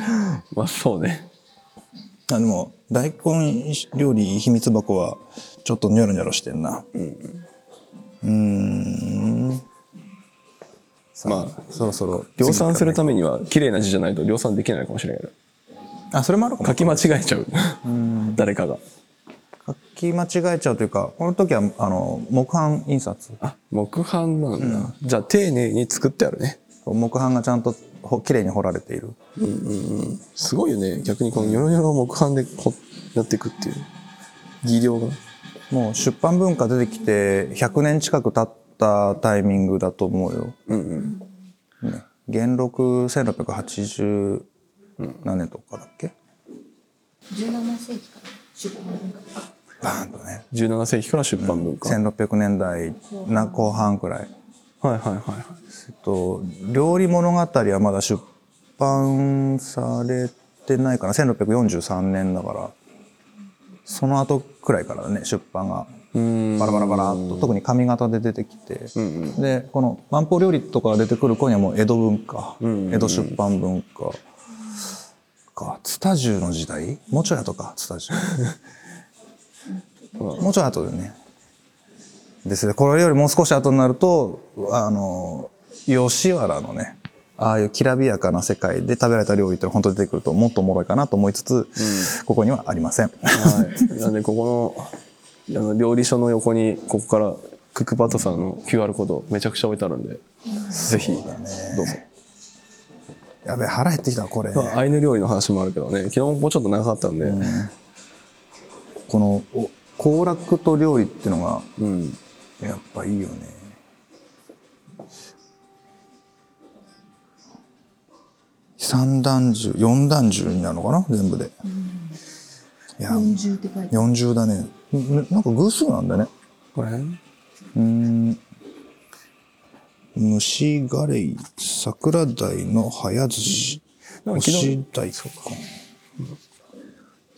[LAUGHS] まあ、そうね。あでも大根料理秘密箱はちょっとニョロニョロしてんな、うーん。さまあそろそろ量産するためには綺麗な字じゃないと量産できないのかもしれないけどあそれもあるかも書き間違えちゃう [LAUGHS] 誰かが書き間違えちゃうというかこの時はあの木版印刷あ木版なんだ、じゃあ丁寧に作ってあるね木版がちゃんとほ綺麗に彫られているすごいよね逆にこのニョロニョロを木版でこうやっていくっていう技量がもう出版文化出てきて100年近く経ったタイミングだと思うようんうん元禄1680何年とかだっけ17世紀から出版文化バーンとね17世紀から出版文化、 1600年代な後半くらいはいはいはいはいえっと料理物語はまだ出版されてないかな1643年だからその後くらいからだね出版がうんバラバラバラっと特に髪型で出てきて、んうでこの万宝料理とかが出てくる頃にはもう江戸文化、んうん江戸出版文化かツタジュの時代もうちょい後かツタ [LAUGHS] ジュもうちょい後だよねですねこれよりもう少し後になるとあの吉原のねああいうきらびやかな世界で食べられた料理ってのは本当に出てくるともっとおもろいかなと思いつつ、ここにはありません。はい。なんで、ここの、あの、料理所の横に、ここから、クックパッドさんの QR コードめちゃくちゃ置いてあるんで、ぜひ、どうぞ。やべえ腹減ってきたこれ。まあアイヌ料理の話もあるけどね、昨日もうちょっと長かったんで、このお行楽と料理っていうのうん。がやっぱいいよね三段重四段重になるのかな全部で、いや40って書いてある四重だねんなんか偶数なんだねこれ虫ガレイ桜鯛の早寿司なん干か昨日し大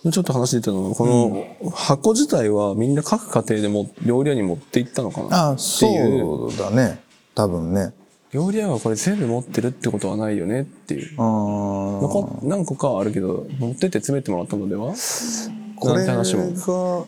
根ちょっと話出てたのが、この箱自体はみんな各家庭でも料理屋に持って行ったのかなあっていう。そうだね多分ね料理屋がこれ全部持ってるってことはないよねっていう。あー残っ何個かはあるけど、持ってって詰めてもらったのではこれながんて話も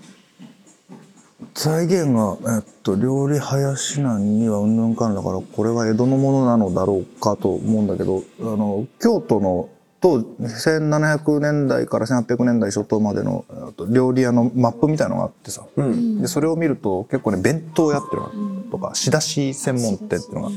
財源が、えっと、料理林難にはうんぬんかんだからこれは江戸のものなのだろうかと思うんだけどあの京都の当1700年代から1800年代初頭までのえっと料理屋のマップみたいのがあってさ、うん。でそれを見ると結構ね弁当屋っていうのがとか仕出し専門店っていうのがう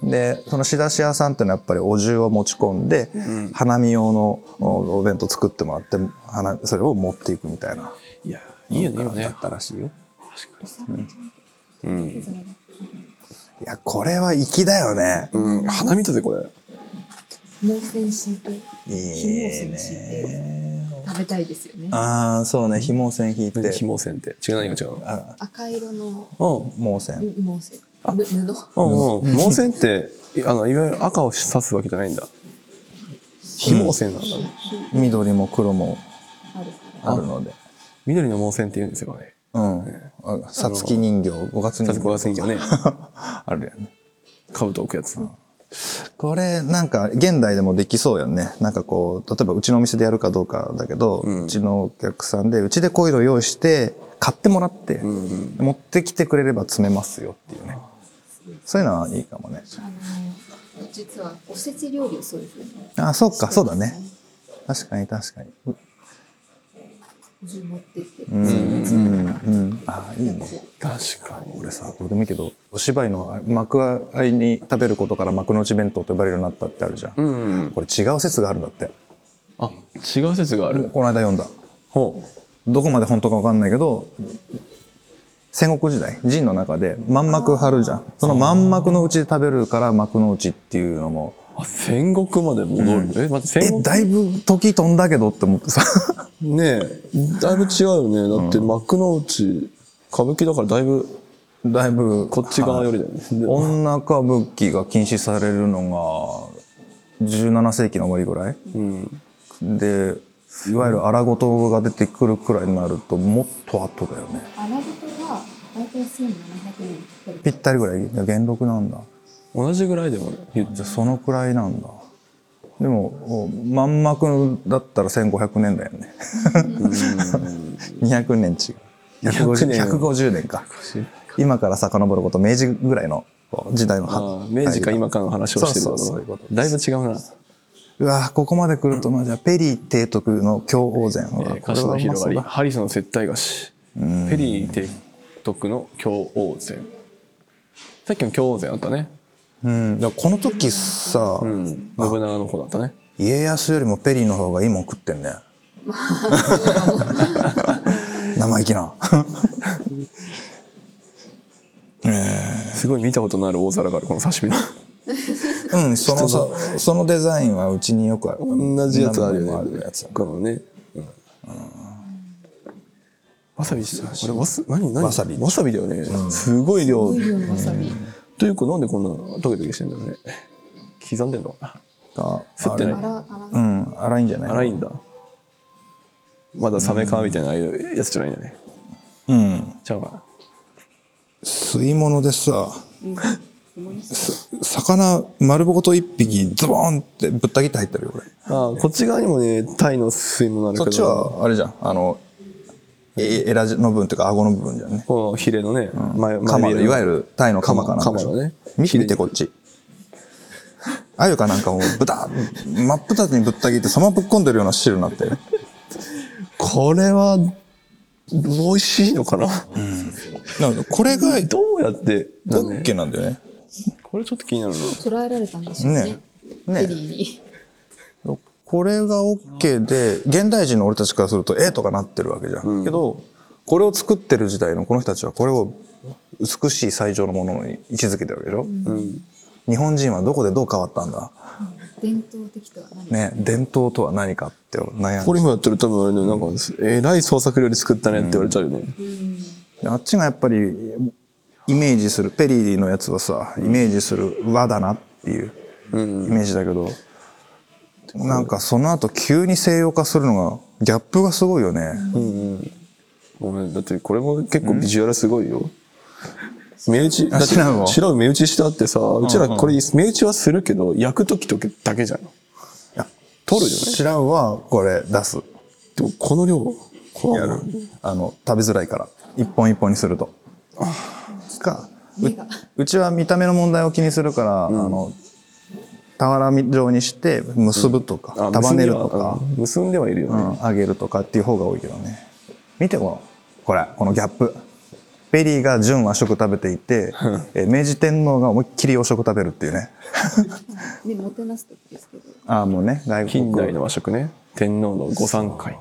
ーん。でその仕出し屋さんっていうのはやっぱりお重を持ち込んで、花見用のおお弁当作ってもらって花それを持っていくみたいないや、いいよね、今ね。たらしいようん。いやこれは粋だよね、うん、花見たぜ、これ。猛戦士といい非猛戦士ってね食べたいですよねああそうねひも線引いてひも線って。違う、何が違うのあ赤色のうん。毛線猛戦ぬ布うんうん。毛線 [LAUGHS] って、いあの、いわゆる赤を指すわけじゃないんだ。ひも線なんだね。緑も黒もあるからあるので緑の毛線って言うんですよね。うんあさつき人形5月さ人っき形5月にね、あるよね兜置くやつ。うこれなんか現代でもできそうよね。なんかこう、例えばうちのお店でやるかどうかだけど、うちのお客さんで、うちでこういうの用意して、買ってもらって、んうん。持ってきてくれれば詰めますよっていうね。そういうのはいいかもね。あの実はおせち料理をそういうふうにあ、そうか、そうだね。確かに確かに。うお重持ってって、うん、うん、うん。あ、いいね。確かに。俺さ、どうでもいいけど、お芝居の幕あいに食べることから幕の内弁当と呼ばれるようになったってあるじゃん。うんうん。これ違う説があるんだって。あ、違う説がある。この間読んだ。ほどこまで本当かわかんないけど、戦国時代、陣の中で満幕張るじゃん。その満幕のうちで食べるから幕の内っていうのも、う。あ、戦国まで戻る。え、待って、え、戦だいぶ時飛んだけどって思って [LAUGHS] さ。国ねえ、だいぶ違うよね。だって幕の内、歌舞伎だからだいぶだいぶ、こっち側よりだよね。で女歌舞伎が禁止されるのが、17世紀の終わりぐらいうん。で、いわゆる荒事が出てくるくらいになると、もっと後だよね。穴子とは大体1700年とかぴったりぐらい、いや元禄なんだ。同じぐらいでも言っじゃあそのくらいなんだでもお満幕だったら1500年だよね200年違う150 100年150年か今から遡ること、明治ぐらいの時代のあはー明治か今かの話をしてるそうそうそういうことですだいぶ違うな。うわここまで来ると、まあじゃあ、ペリー提督の共王禅えは、ー、歌詞の広がうり、まそうだハリソン接待菓子、ペリー提督の京王膳。さっきの京王膳あったね。うん。でもこの時さ、うん。信長の方だったね。家康よりもペリーの方がいいもん食って [LAUGHS] んね。生意気な。すごい見たことのある大皿がある、この刺身の。うん、そのそそのデザインはうちによくある。同じやつある何本よね。もあるやつ。 [LAUGHS] このね。うんわさびし、これわさ、何何わさびわさびだよね。すごい量。いよわさび。というか、なんでこんなトゲトゲしてんだろうね。刻んでんのかな。あ吸ってないああれら、あうら。ん、粗いんじゃない粗いんだ。まだサメかみたいなああいうやつじゃないんだね。うん。ちゃうかな。吸い物でさ、す魚丸ごと一匹ズボンってぶった切って入ってるよ、これ。ああこっち側にもね、タイの水もあるけそど。っちは、あれじゃん、あの、えエラの部分っていうか、顎の部分じゃんね。このヒレのね、前前カマいわゆるタイのカマかなんカでマしょのね。見見てこっち。あゆかなんかもう、ぶた、真っ二つにぶった切って、そのままぶっ込んでるような汁になってる。これは、美味しいのかな、なんかこれが、どどうやって、だっねけなんだよね。これちょっと気になるな。捉えられたんでしょうね。ねねペリーに。これが OK で、現代人の俺たちからすると、えーとかなってるわけじゃん。けど、これを作ってる時代のこの人たちは、これを美しい最上のものに位置づけてるわけでしょ、うん。日本人はどこでどう変わったんだ伝統的とは何ね、伝統とは何かって悩んこでれもやってる多分あれね、なんか、えらい創作料理作ったねって言われちゃうよね。であっちがやっぱりイメージするペリーのやつはさイメージする和だなっていうイメージだけど、なんかその後急に西洋化するのがギャップがすごいよね、ごめん、だってこれも結構ビジュアルすごいよ。目打ち、だあって知らんわ白い目打ちしたってさ、うちらこれ目打ちはするけど、焼くときとけだけじゃん。いや取るよね。知らんはこれ出すでもこの量、こやるあの食べづらいから一本一本にするとかう目がうちは見た目の問題を気にするから、あの俵状にして結ぶとか、あ束ねるとか、結んではいるよね。うん、あげるとかっていう方が多いけどね見てこのこれこのギャップペリーが純和食食べていて、えー明治天皇が思いっきり洋食食べるっていうねね、もてなす時ですけど。ああもうね外国近代の和食ね。天皇の御参会。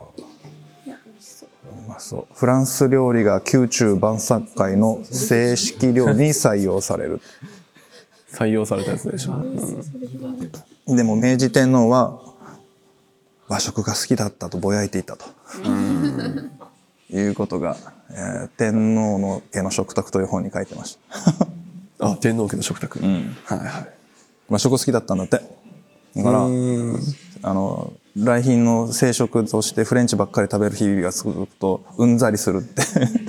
いや、美味しそう。うまそうフランス料理が宮中晩餐会の正式料理に採用される採用されたやつでしょ。でも明治天皇は和食が好きだったとぼやいていたということが、えー天皇の家の食卓という本に書いてましたあ、天皇家の食卓。はいはい。和食好きだったんだってだからあの来賓の生食としてフレンチばっかり食べる日々が続くとうんざりするって [LAUGHS]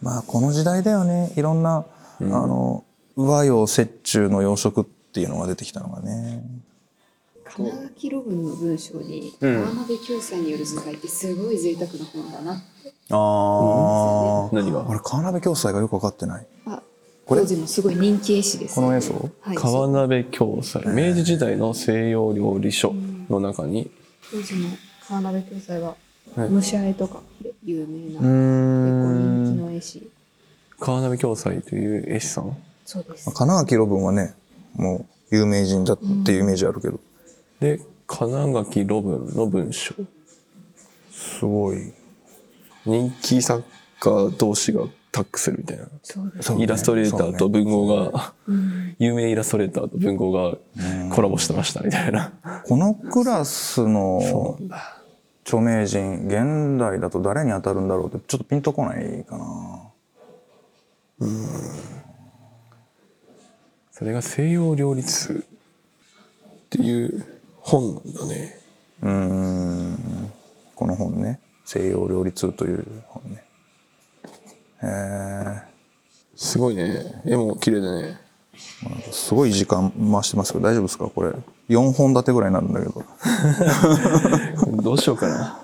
まあこの時代だよねいろんな、あの和洋折衷の洋食っていうのが出てきたのがね金垣記録の文章に山辺教才による図解ってすごい贅沢な本だなああ、何が俺川鍋教祭がよく分かってないあこれ当時のすごい人気絵師ですこの絵をはい川鍋教祭。明治時代の西洋料理書の中に、当時の川鍋教才は武者絵とかで有名な、結うー構ん人気の絵師川鍋教祭という絵師さん。そうです神奈川論文はねもう有名人だっていうイメージあるけど、で、金垣路文の文章。すごい人気作家同士がタッグするみたいな。そうですイラストレーターと文豪が、 [LAUGHS] 有名イラストレーターと文豪がコラボしてましたみたいな。このクラスの著名人現代だと誰に当たるんだろうってちょっとピンとこないかなそれが西洋料理通っていう本なんだね。うーんこの本ね西洋料理通という本ねえすごいね。絵も綺麗だね。ー、すごい時間回してますけど大丈夫ですかこれ4本立てぐらいになるんだけどどうしようかな。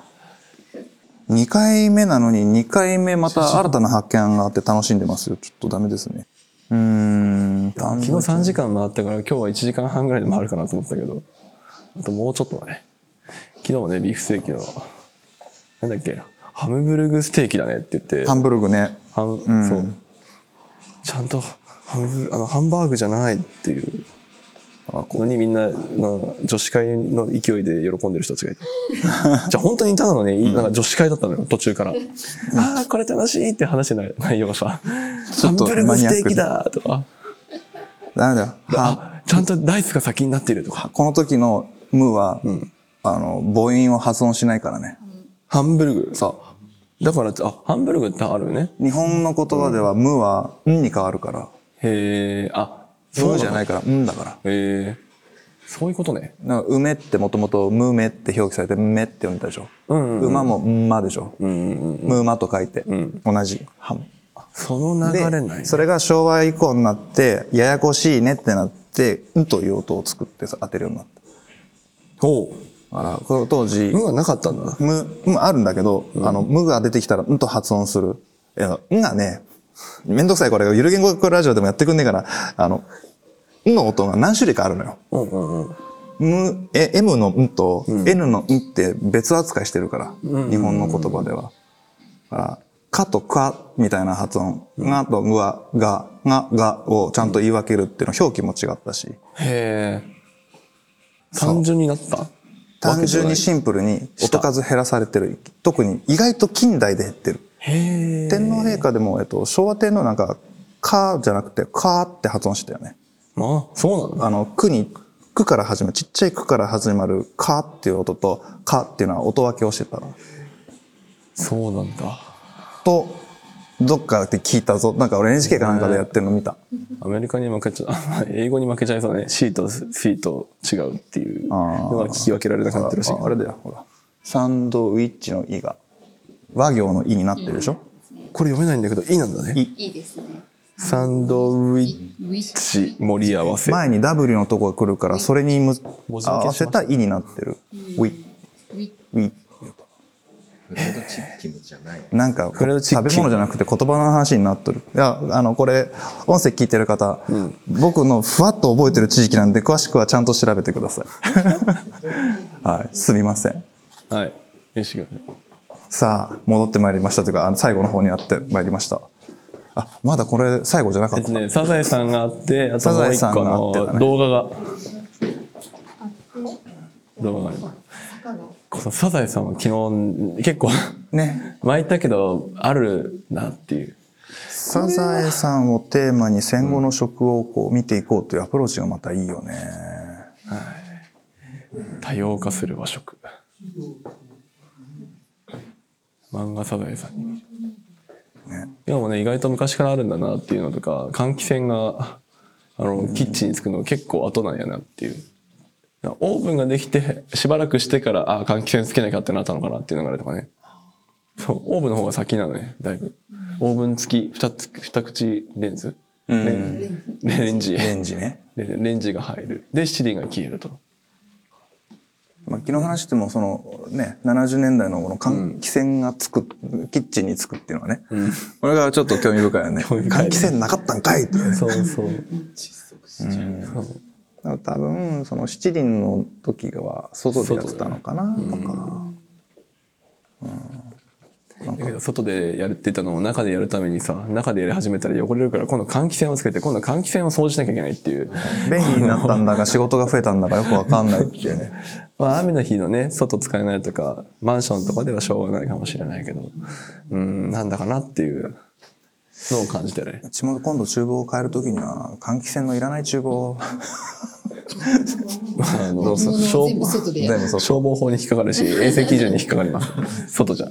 2回目なのに2回目また新たな発見があって楽しんでますよ。ちょっとダメですね。うーん。昨昨日3時間回ったから今日は1時間半ぐらいで回るかなと思ったけど、あともうちょっとだね。昨日もね、ビーフステーキの、なんだっけ、ハムブルグステーキだねって言って、ハンブルグね。ハムんそう。ちゃんと、ハムブルあの、ハンバーグじゃないっていう。のにみんな、の女子会の勢いで喜んでる人たち [LAUGHS] がいて。じゃあ本当にただのね、なんか女子会だったのよ、途中から。ああ、これ楽しいって話の内容がさ、ちハょンっとブルグステーキだとか、ダメだよ。はあ、ちゃんとライスが先になっているとか。この時のムーは、あの、母音を発音しないからね。ハンブルグさ。だから、あ、ハンブルグってあるよね。日本の言葉ではムーは、んに変わるから。へえ、あ、。ムーじゃないいから、んだから。へえ、そういうことね。なんか梅ってもともと、むめって表記されて、めって呼んでたでしょ。うんうん馬も、んまでしょ。うんうんうん。ムーマと書いて、ん同じハム。その流れない、それが昭和以降になって、ややこしいねってなって、んという音を作ってさ当てるようになっおう。た。だから、この当時、運はなかったんだ。む、むあるんだけど、あの、むが出てきたら、んと発音する。いや、んがね、めんどくさいこれ、ゆる言語ラジオでもやってくんねえから、あの、んの音が何種類かあるのよ。うんうんうん。む、え、M のんと、N のんって別扱いしてるから、日本の言葉では。だから、かとかみたいな発音、がとぐは、が、が、がをちゃんと言い分けるっていうの表記も違ったし、へえ。そう単純になった単純にしシンプルに音数減らされてる。特に意外と近代で減ってる。へえ。天皇陛下でも、えっと、昭和天皇なんか、かじゃなくて、かって発音してたよね。まあ、そうなんだ。あの、くに、くから始まる、ちっちゃいくから始まるかっていう音と、かっていうのは音分けをしてたのそうなんだ。と、どっかで聞いたぞ。なんか俺 NHK かなんかでやってるの見た。アメリカに負けちゃ、 [LAUGHS] 英語に負けちゃいそうね。C と C と違うっていうあーのは聞き分けられなくなってるらしいあ。あれだよ、ほら。サンドウィッチのイが、和行のイになってるでしょこれ読めないんだけど、いいなんだね。いいですね。サンドウィッウィッチ。チ盛り合わせ。前に W のとこが来るから、それにむ文字抜けしました合わせたイになってる。ウィ、ウィッウィ。フレンドチッキムじゃない。なんか、れはチッキン食べ物じゃなくて言葉の話になっとる。いや、あの、これ、音声聞いてる方、僕のふわっと覚えてる地域なんで、詳しくはちゃんと調べてくださ [LAUGHS] い。はい、すみません。はい。よし、さあ、戻ってまいりましたというか、あの最後の方にやってまいりました。あ、まだこれ、最後じゃなかえっったと。ね、サザエさんがあって、あとサもザうエ一さん個があってだねの動画が。動画があります。このサザエさんは昨日、結構、 [LAUGHS] ね。巻いたけど、あるなっていう。サザエさんをテーマに戦後の食をこう見ていこうというアプローチがまたいいよね。多様化する和食。漫画サザエさんに見る。今もね、意外と昔からあるんだなっていうのとか、換気扇が、あの、キッチンにつくの結構後なんやなっていう。オーブンができて、しばらくしてから、あ、換気扇つけなきゃってなったのかなっていう流れとかね。そう、オーブンの方が先なのね、だいぶ。オーブン付き、二つ、二口レンズレンレンジ。レンジね。でレンジが入る。で、七輪が消えると。まあ、昨日話してもそのね70年代のこの換気扇がつく、キッチンにつくっていうのはね、これがちょっと興味深いよね興味深い換気扇なかったんかいっていうねそうそう。多分その七輪の時は外でやってたのかなとか、だけど外でやってたのを中でやるためにさ中でやり始めたら汚れるから今度換気扇をつけて今度換気扇を掃除しなきゃいけないっていう、便利になったんだが仕事が増えたんだかよくわかんないっていうねまあ、雨の日のね外使えないとかマンションとかではしょうがないかもしれないけどうんなんだかなっていうのを感じてねうちも今度厨房を変える時には換気扇のいらない厨房をあの物を消全部外でやる全部そう消防法に引っかかる [LAUGHS] し衛生基準に引っかかります外じゃ [LAUGHS]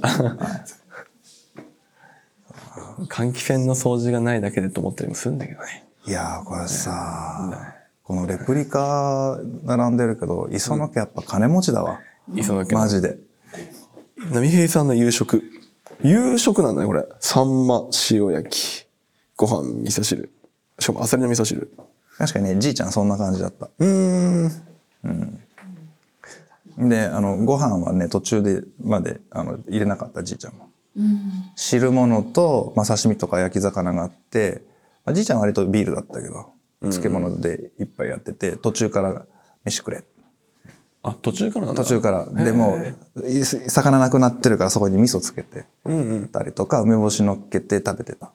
換気扇の掃除がないだけでと思ったりもするんだけどねいやーこれさこのレプリカ並んでるけど磯野家やっぱ金持ちだわ、磯野家マジで。波平さんの夕食。夕食なんだね、これ。サンマ、塩焼き。ご飯、味噌汁。しかも、アサリの味噌汁。確かにね、じいちゃんそんな感じだった。うーん。であのご飯はね途中でまであの入れなかったじいちゃんもうん。汁物と、まあ、刺身とか焼き魚があって、まあ、じいちゃんは割とビールだったけど漬物で一杯やってて途中から飯くれあ、途中からなんだ途中からでもい魚なくなってるからそこに味噌つけてうんうん。たりとか梅干し乗っけて食べてた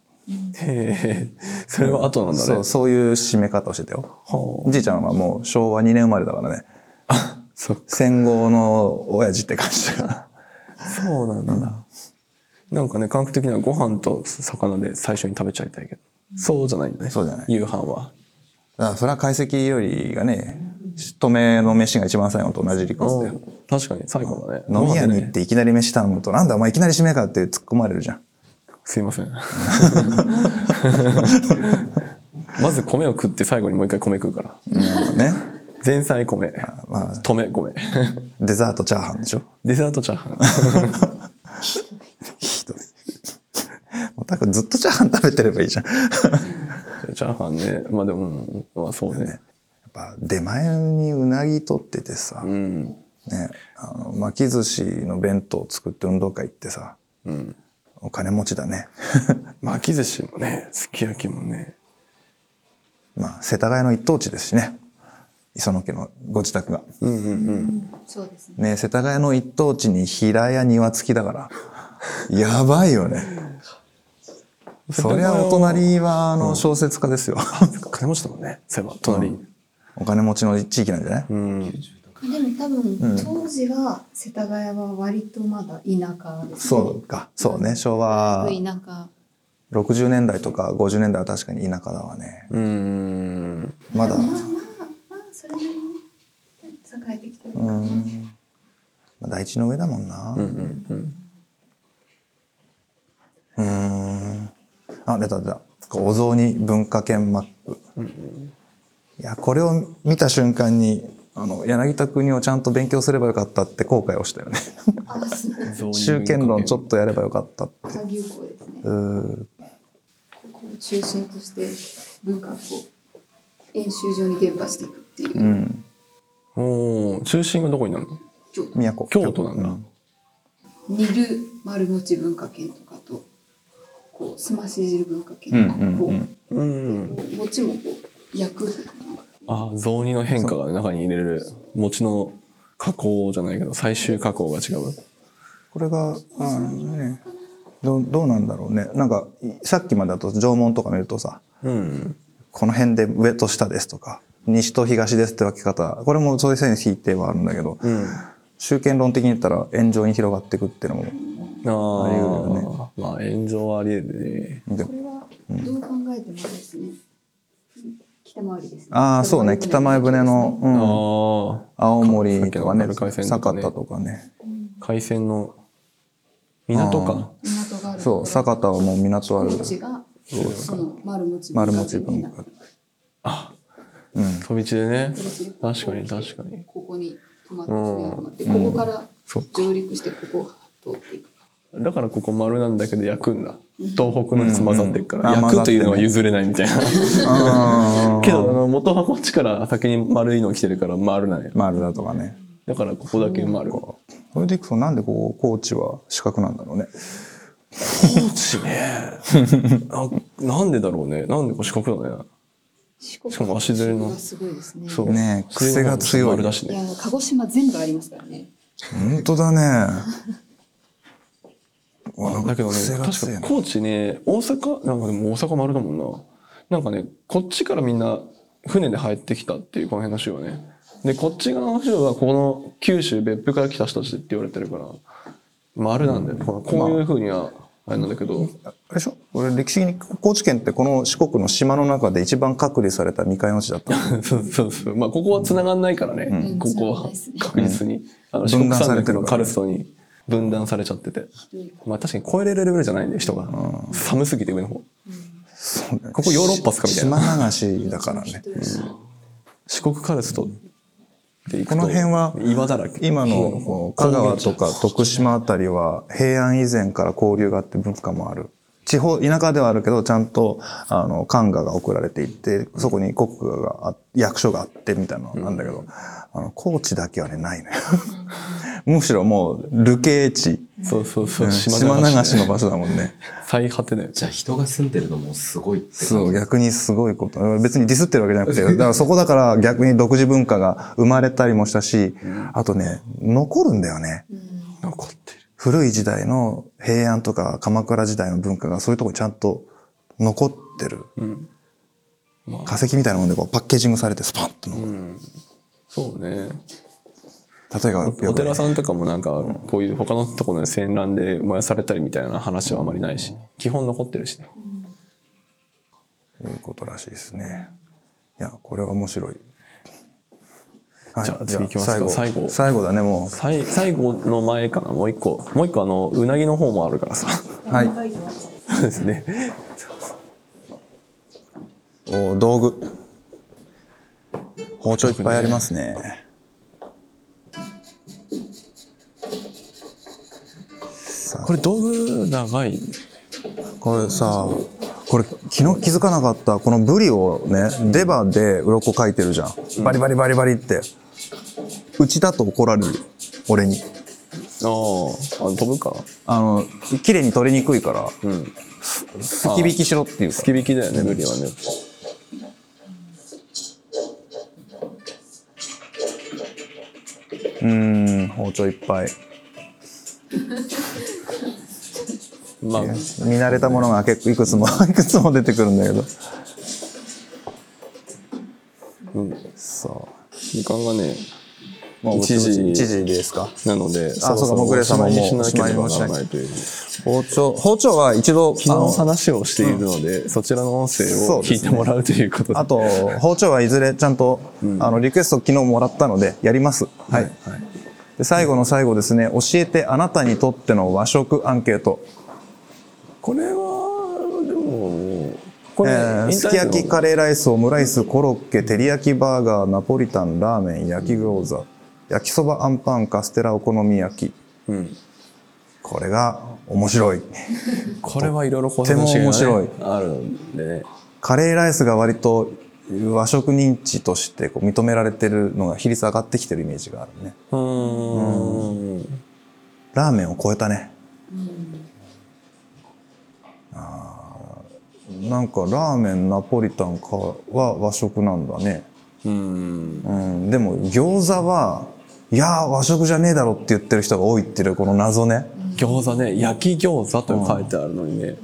へえ、それは後なんだね。そうそういう締め方をしてたよはじいちゃんはもう昭和2年生まれだからねあ、そう、戦後の親父って感じだからそうなんだ。なんかね、感覚的にはご飯と魚で最初に食べちゃいたいけど。そうじゃないんだね。そうじゃない夕飯は。だ [LAUGHS] からそれは解析よりがね止めの飯が一番最後と同じ理屈だよ確かに、最後だね。飲み屋に行っご飯でね。ていきなり飯頼むと、なんだお前いきなり締めかって突っ込まれるじゃん。すいま [LAUGHS] せん。まず米を食って最後にもう一回米食うから。なるほどね。前菜米。まあ、止め米。 [LAUGHS] デザートチャーハンでしょ。デザートチャーハン。ひどい。もうたくずっとチャーハン食べてればいいじゃん。やチャーハンね。まあでも、うんまあそうね。っぱ出前にうなぎ取っててさ、うね、ん。あの巻き寿司の弁当作って運動会行ってさ、うん。お金持ちだね。 [LAUGHS] 巻き寿司もね、すき焼きもね。まあ、世田谷の一等地ですしね。磯野家のご自宅が。うんうんうん。そうですね。ね世田谷の一等地に平屋庭付きだから。 [LAUGHS] やばいよね。そりゃお隣は、あの、小説家ですよ。 [LAUGHS] 金持ちだもんね。そういえば、隣。お金持ちの地域なんじゃないうん。でも多分、当時は世田谷は割とまだ田舎です、ね。そうか。そうね。昭和田舎。 60年代とか50年代は確かに田舎だわね。うん。まだ、まあまあ、まあ、それなりに栄えてきてるかな。うん。まあ、大地の上だもんな。うんうんうん。うーん。あ、出た出た。お雑煮文化圏マップ。いや、これを見た瞬間に、あの、柳田国をちゃんと勉強すればよかったって後悔をしたよね。あ、そうです。集権論ちょっとやればよかったって。下牛港ですねうーここを中心として文化をこう演習場に伝播していくっていう、うん。おお、中心がどこになるの京都都。京都なんだ。煮る丸餅文化圏とかとこうすまし汁文化圏とか、うんうんうんうん。こう餅もこう焼くああ、雑煮の変化が中に入れる。餅の加工じゃないけど、最終加工が違う。これが、あのね、どうどうなんだろうね。なんか、いさっきまでだと縄文とか見るとさ、うん。この辺で上と下ですとか、西と東ですって分け方、これもそういう線に引いてはあるんだけど、うん。集権論的に言ったら炎上に広がっていくっていうのも、あり得るあよあ、まあ炎上はあり得るね。でこれはどう考えてもですね、北回りですねああ、そうね、北前船の、うあん、あ、青森とかね、さっきの酒坂田田ととかね。海鮮の港か。港があるそう、酒田はもう港ある。餅がその丸餅丸文化餅圏文にな化る。飛び地でね飛び地。確かに確かに。ここに泊まって泊まってここから上陸してここを通っていくだからここ丸なんだけど焼くんだ。東北のやつ混ざってるから。うんうんあ焼くというのは譲れないみたいな。あけど、あの、元はこっちから先に丸いの来てるから丸なんやあ、。丸だとかね。だからここだけ丸。それでいくと、なんでこう、高知は四角なんだろうね。高知 [LAUGHS] ね。あなんでだろうね。なんでこう四角だね。四国しかも足ずれのがすごいですねそうね癖が強い丸だしいね。や鹿児島全部ありますからね本当だね。わなんか [LAUGHS] だけどね癖、が強い確かな高知ね、大阪、なんかでも大阪丸だもんな。なんかね、こっちからみんな船で入ってきたっていうこの辺の州はね。で、こっち側の州はこの九州別府から来た人たちって言われてるから、丸なんだよ。このこういう風には、あれなんだけど、あれでしょ俺歴史的に高知県ってこの四国の島の中で一番隔離された未開の地だったの。 [LAUGHS] そうそうそう。まあ、ここは繋がんないからね、んここ繋がんなはいっすね確実に。あの、四分国断さ山れて脈るのかカらルストに分断されちゃってて。まあ、確かに超えれるレベルじゃないんで、人が。寒すぎて上の方。そうねここヨーロッパっすかみたいな島流しだから [LAUGHS] ね。四国カルストって行くことの辺は岩だらけ今のこう香川とか徳島あたりは平安以前から交流があって文化もある地方、田舎ではあるけど、ちゃんと、あの、官画が送られていって、そこに国家があ、役所があってみたいなのなんだけど、あの、高知だけはね、ないのよ。 [LAUGHS] むしろもう、流刑地、そうそうそうう。ん島流しの場所だもんね。最果てだよ。じゃあ人が住んでるのもすごいってそ感う、じ逆にすごいこと。別にディスってるわけじゃなくて、だからそこだから逆に独自文化が生まれたりもしたし、あとね、残るんだよね。残ってる。古い時代の平安とか鎌倉時代の文化がそういうとこにちゃんと残ってる。ん化石みたいなもんでこうパッケージングされてスパンと残る、そうね。例えばよくね、お寺さんとかもなんか、こういう他のところで戦乱で燃やされたりみたいな話はあまりないし、基本残ってるしね。いうことらしいですね。いや、これは面白い。はいじゃあ次行きますか最後。最後最後だね、も最最後の前かな、もう一個。もう一個あの、うなぎの方もあるからさ。う。はい。そうですね。お道具包丁いっぱいありますねさあこれ道具長い。これさこれ昨日気づかなかったこのブリをね出歯で鱗描いてるじゃんバリバリバリバリってうちだと怒られる俺にああ、あの飛ぶから。あの綺麗に取りにくいからうん。突き引きしろっていう突き引きだよね、ブリはね。うーん包丁いっぱいまあ、見慣れたものが結構いくつも [LAUGHS] いくつも出てくるんだけどうん、さあ時間がね、まあ1時1時ですかなので、あそうかもうグレイさんもおもうしまいにしなければおしなまいらにないという。包丁包丁は一度あ昨の日話をしているので、そちらの音声そをうです聞ねいてもらうということで。あと包丁はいずれちゃんと、あのリクエスト昨日もらったのでやりますはい、で最後の最後ですね教えてあなたにとっての和食アンケートこれは、でも、こえれ、ーすき焼きカレーライスオムライスコロッケ照り焼きバーガーナポリタンラーメン焼き餃子焼きそばあんパンカステラお好み焼きうん。これが面白いこれはいろいろ考とても面白いあるんでね。カレーライスが割と和食認知としてこう認められてるのが比率上がってきてるイメージがあるねうーん。ラーメンを超えたね。あーなんかラーメンナポリタンかは和食なんだね。うん。うん、でも餃子はいやー和食じゃねえだろって言ってる人が多いっていうこの謎ね。餃子ね、焼き餃子と書いてあるのにね。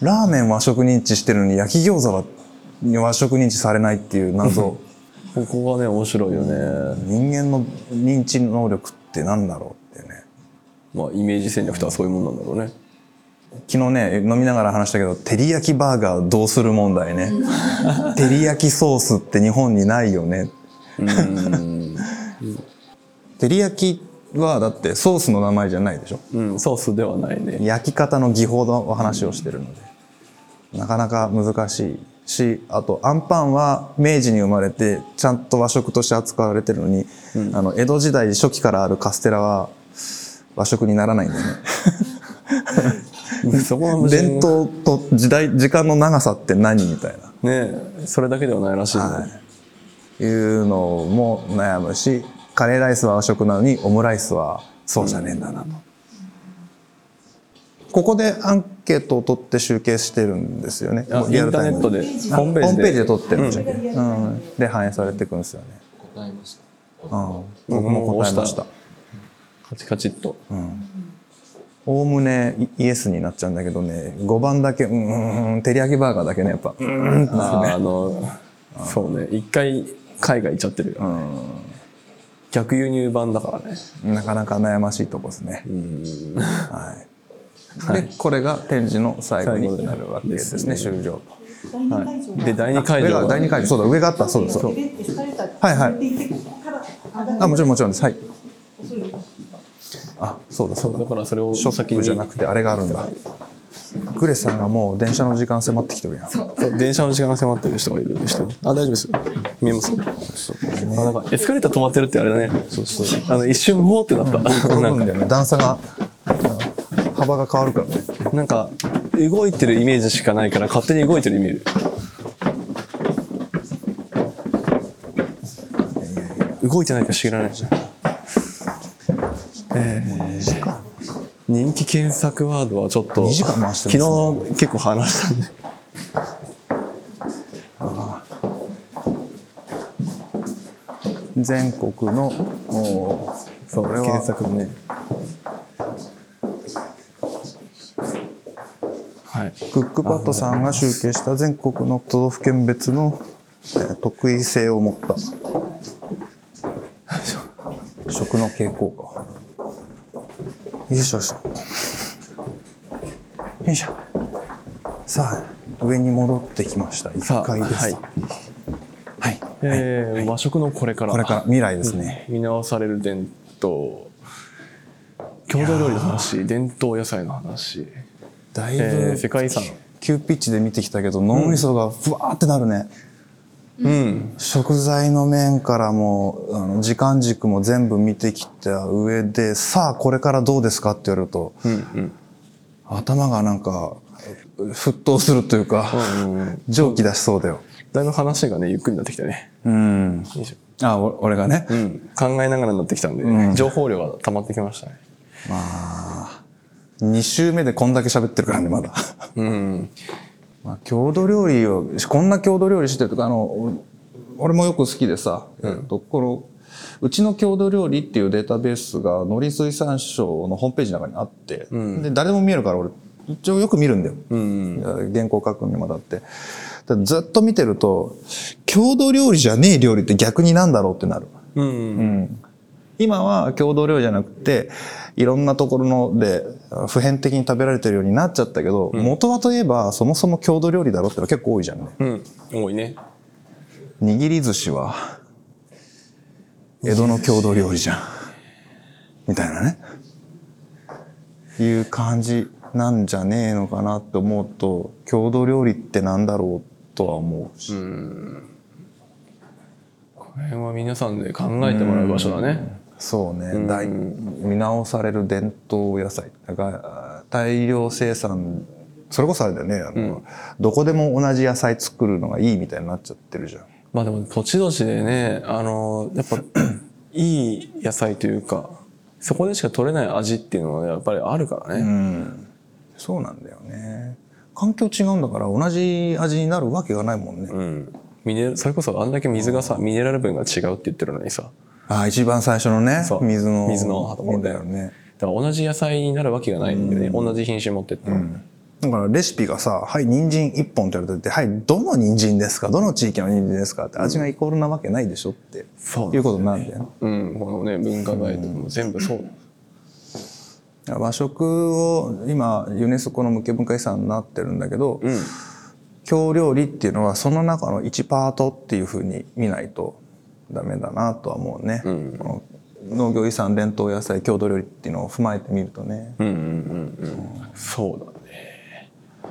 ラーメン和食認知してるのに焼き餃子は和食認知されないっていう謎。ここがね、面白いよね。人間の認知能力ってなんだろうってね。まあ、イメージ戦略とはそういうもんなんだろうね。昨日ね飲みながら話したけど照り焼きバーガーどうする問題ね照り焼きソースって日本にないよね [LAUGHS] 照り焼きはだってソースの名前じゃないでしょうん、ソースではないね。焼き方の技法のお話をしてるのでなかなか難しいしあとアンパンは明治に生まれてちゃんと和食として扱われてるのに、あの江戸時代初期からあるカステラは和食にならないんだよねそこは無伝人統と時代時間の長さって何みたいなねそれだけではないらしいね、いうのも悩むしカレーライスは和食なのにオムライスはそうじゃねえんだなと、ここでアンケートを取って集計してるんですよねあもうリアルタイムインターネットであホームページで取ってるんですよね、うんで反映されていくんですよね、答えましたうん、僕僕もも答えま押ししたたカチカチっと、おおむねイイエスになっちゃうんだけどね5番だけうんうんうん照り焼きバーガーだけねやっぱうんうんうんあーあのそうね一回海外行っちゃってるよ、逆輸入版だからねなかなか悩ましいとこですね。はい。で、これが展示の最後になるわけですね、です終了と。第二会場がで第上が第2二会場回、そうだ、上があった、そうです。そう上ってエスカレーターではいはい上って行ってここからあだあ、もちろん、もちろんです。はい。そういうあ、そうだ、そうだだ。からそれをショ先ップにじゃなくて、あれがあるんだ。グレさんがもう電車の時間迫ってきてるやん。そう電車の時間が迫ってる人がいるでしょあ大丈夫ですよ見えますあなんかエスカレーター止まってるってあれだねあの一瞬うおーってなった、転なんぶんかだよね、段差が、あの幅が変わるからね。なんか動いてるイメージしかないから勝手に動いてるイメージ。動いてないか知らないじゃん。えー人気検索ワードはちょっと、 2時間回してますね昨日結構話したんで。全国のおーそう、これは検索もね。はい。クックパッドさんが集計した全国の都道府県別のえー特異性を持 [LAUGHS] った食の傾向か。よいしょよいしょ。よいしょ。さあ、上に戻ってきました。1階です。はい。はい。えー和食のこれから。これから未来ですね。見直される伝統。郷土料理の話、伝統野菜の話。だいぶ、えー世界遺産。急ピッチで見てきたけど、脳みそがふわーってなるね。うん。食材の面からも、あの、時間軸も全部見てきた上で、さあ、これからどうですかって言われると、うん。うん。頭がなんか、沸騰するというか、うんうんうん蒸気出しそうだよ。だいぶ話がね、ゆっくりになってきたね。うん。よいしょあ、お俺がね。うん。考えながらになってきたんで、うん情報量が溜まってきましたね。 2週目でこんだけ喋ってるからね、まだ。うん。まあ、郷土料理を、こんな郷土料理してるとか、あの、お俺もよく好きでさ、えっと、この、うちの郷土料理っていうデータベースが、農林水産省のホームページの中にあって、うんで、誰でも見えるから俺、一応よく見るんだよ。うん。原稿書くにもだって。だからずっと見てると、郷土料理じゃねえ料理って逆になんだろうってなる。う。うんん。今は郷土料理じゃなくて、いろんなところのであ普遍的に食べられてるようになっちゃったけど、元はといえばそもそも郷土料理だろうってのは結構多いじゃんね。うん。多いね。握り寿司は、江戸の郷土料理じゃん。みたいなね。いう感じなんじゃねえのかなって思うと、郷土料理ってなんだろうとは思うし。これは皆さんで考えてもらう場所だね。そうね、ん大見直される伝統野菜だから大量生産それこそあれだよねあの、どこでも同じ野菜作るのがいいみたいになっちゃってるじゃんまあでも土地土地でね、あの、やっ [CLEARS THROAT] ぱいい野菜というか、そこでしか取れない味っていうのはやっぱりあるからうね。んそうなんだよね環境違うんだから同じ味になるわけがないもんね、うん。ミネそれこそあんだけ水がさ、ミネラル分が違うって言ってるのにさ、ああ一番最初のねそう水の水のところでだよねだから同じ野菜になるわけがないんだよね。同じ品種持ってっても。だからレシピがさ「はい人参一本」って言われてて「はいどの人参ですかどの地域の人参ですか?」って味がイコールなわけないでしょってそういうことなんだよねうん、このね、文化財とかも全部そう。和食を今ユネスコの無形文化遺産になってるんだけど、うん。京料理っていうのはその中の1パートっていうふうに見ないとダメだなとは思うね、んこの農業遺産伝統野菜郷土料理っていうのを踏まえてみるとね、うんうんうんうん。そうだね。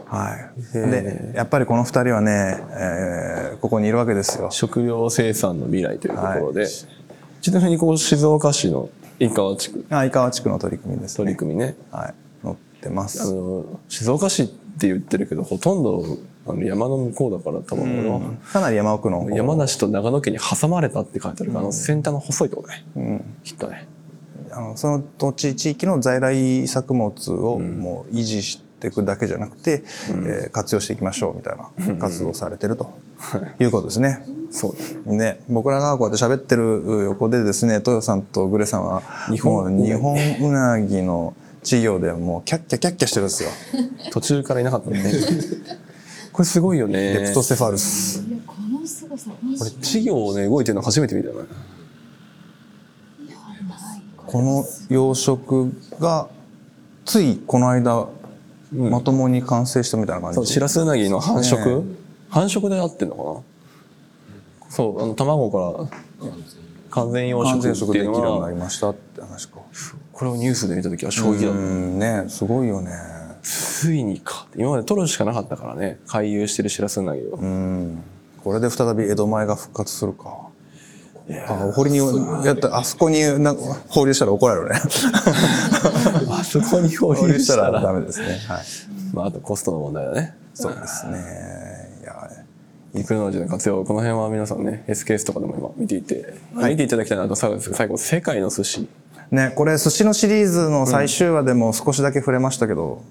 はいでやっぱりこの2人はね、えーここにいるわけですよ食料生産の未来というところで、ちなみにこう静岡市の井川地区相川地区の取り組みですね取り組みね、はい載ってまあすの静岡市って言ってるけどほとんどあの山の向こうだから多分俺は、かなり山奥の方山梨と長野県に挟まれたって書いてあるから、あの先端の細いとこね、きっとねあのその土地地域の在来作物をもう維持していくだけじゃなくて、えー活用していきましょうみたいな活動をされてるということですね。そうだね、僕らがこうやって喋ってる横でですね豊さんとグレさんは日本もう日本うなぎの事業でもうキャッキャキャッキャしてるんですよ。途中からいなかったんでねこれすごいよねレプトセファルス。いやこの凄さマ俺ジ稚魚をね動いてるの初めて見たよねこの養殖がついこの間まともに完成したみたいな感じ、そう、シラスウナギの繁殖、ね繁殖で合ってんのかなそう、あの、卵から完全養完全殖食っでてきいるよううのになはり、ましたって話か。これをニュースで見た時は衝撃だうった。んねすごいよねついにか。今まで取るしかなかったからね、回遊してるシラスウナギを。うんこれで再び江戸前が復活するかいあ、堀に、やった、あそこになんか放流したら怒られるね。 [LAUGHS] あそこに放放流流ししたたららダメですね。はい。まあ、あとコストの問題だね。そうですね。いや、テクノロジーの活用、この辺は皆さんね、SKS とかでも今見ていて、見ていただきたいなと、最後最後、世界の寿司。ね、これ寿司のシリーズの最終話でも少しだけ触れましたけど、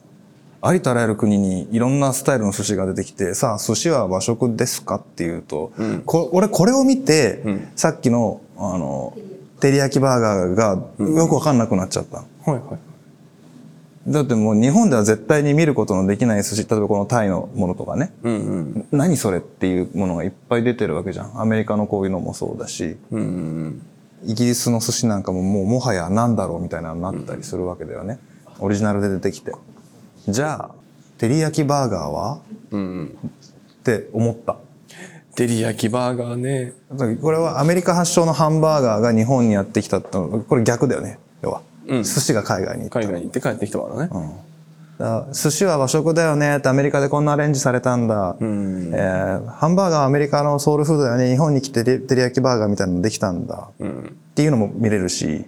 ありとあらゆる国にいろんなスタイルの寿司が出てきて、さあ寿司は和食ですかっていうと、こ俺これを見て、んさっきの、あの、照り焼きバーガーがよくわかんなくなっちゃった。はいはい。だってもう日本では絶対に見ることのできない寿司、例えばこのタイのものとかね、うんうん。何それっていうものがいっぱい出てるわけじゃん。アメリカのこういうのもそうだし、うんうんイギリスの寿司なんかももうもはやなんだろうみたいなのになったりするわけだよね、オリジナルで出てきてじゃあ照り焼きバーガーはうん。うんうん。って思った照り焼きバーガーね。だからこれはアメリカ発祥のハンバーガーが日本にやってきたってのこれ逆だよね要は、うん寿司が海外に行った海外に行って帰ってきたからね。だから寿司は和食だよねってアメリカでこんなアレンジされたんだ、んえーハンバーガーはアメリカのソウルフードだよね日本に来てり照り焼きバーガーみたいなのできたんだ、っていうのも見れるし、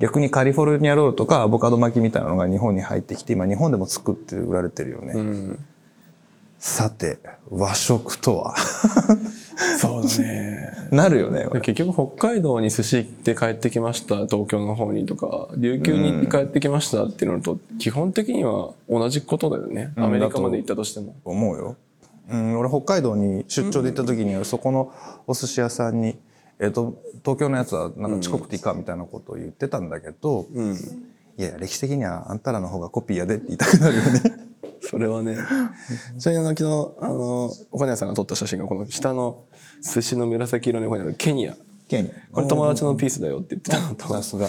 逆にカリフォルニアロールとかアボカド巻きみたいなのが日本に入ってきて今日本でも作って売られてるよね、うん。さて和食とはそうだね。 [LAUGHS] なるよねこれ結局北海道に寿司行って帰ってきました東京の方にとか琉球に行って帰ってきましたっていうのと基本的には同じことだよね、んアメリカまで行ったとしても思うよ、うん、俺北海道に出張で行った時に、そこのお寿司屋さんに、えっと東京のやつはなんか遅刻っていいかみたいなことを言ってたんだけど、うんいやいや、歴史的にはあんたらの方がコピーやでって言いたくなるよね。それはねそれにあの昨日あの小谷さんが撮った写真がこの下の寿司の紫色の横にあるケニア [LAUGHS] ケニこれ友達のピースだよって言ってたのア。さとすが。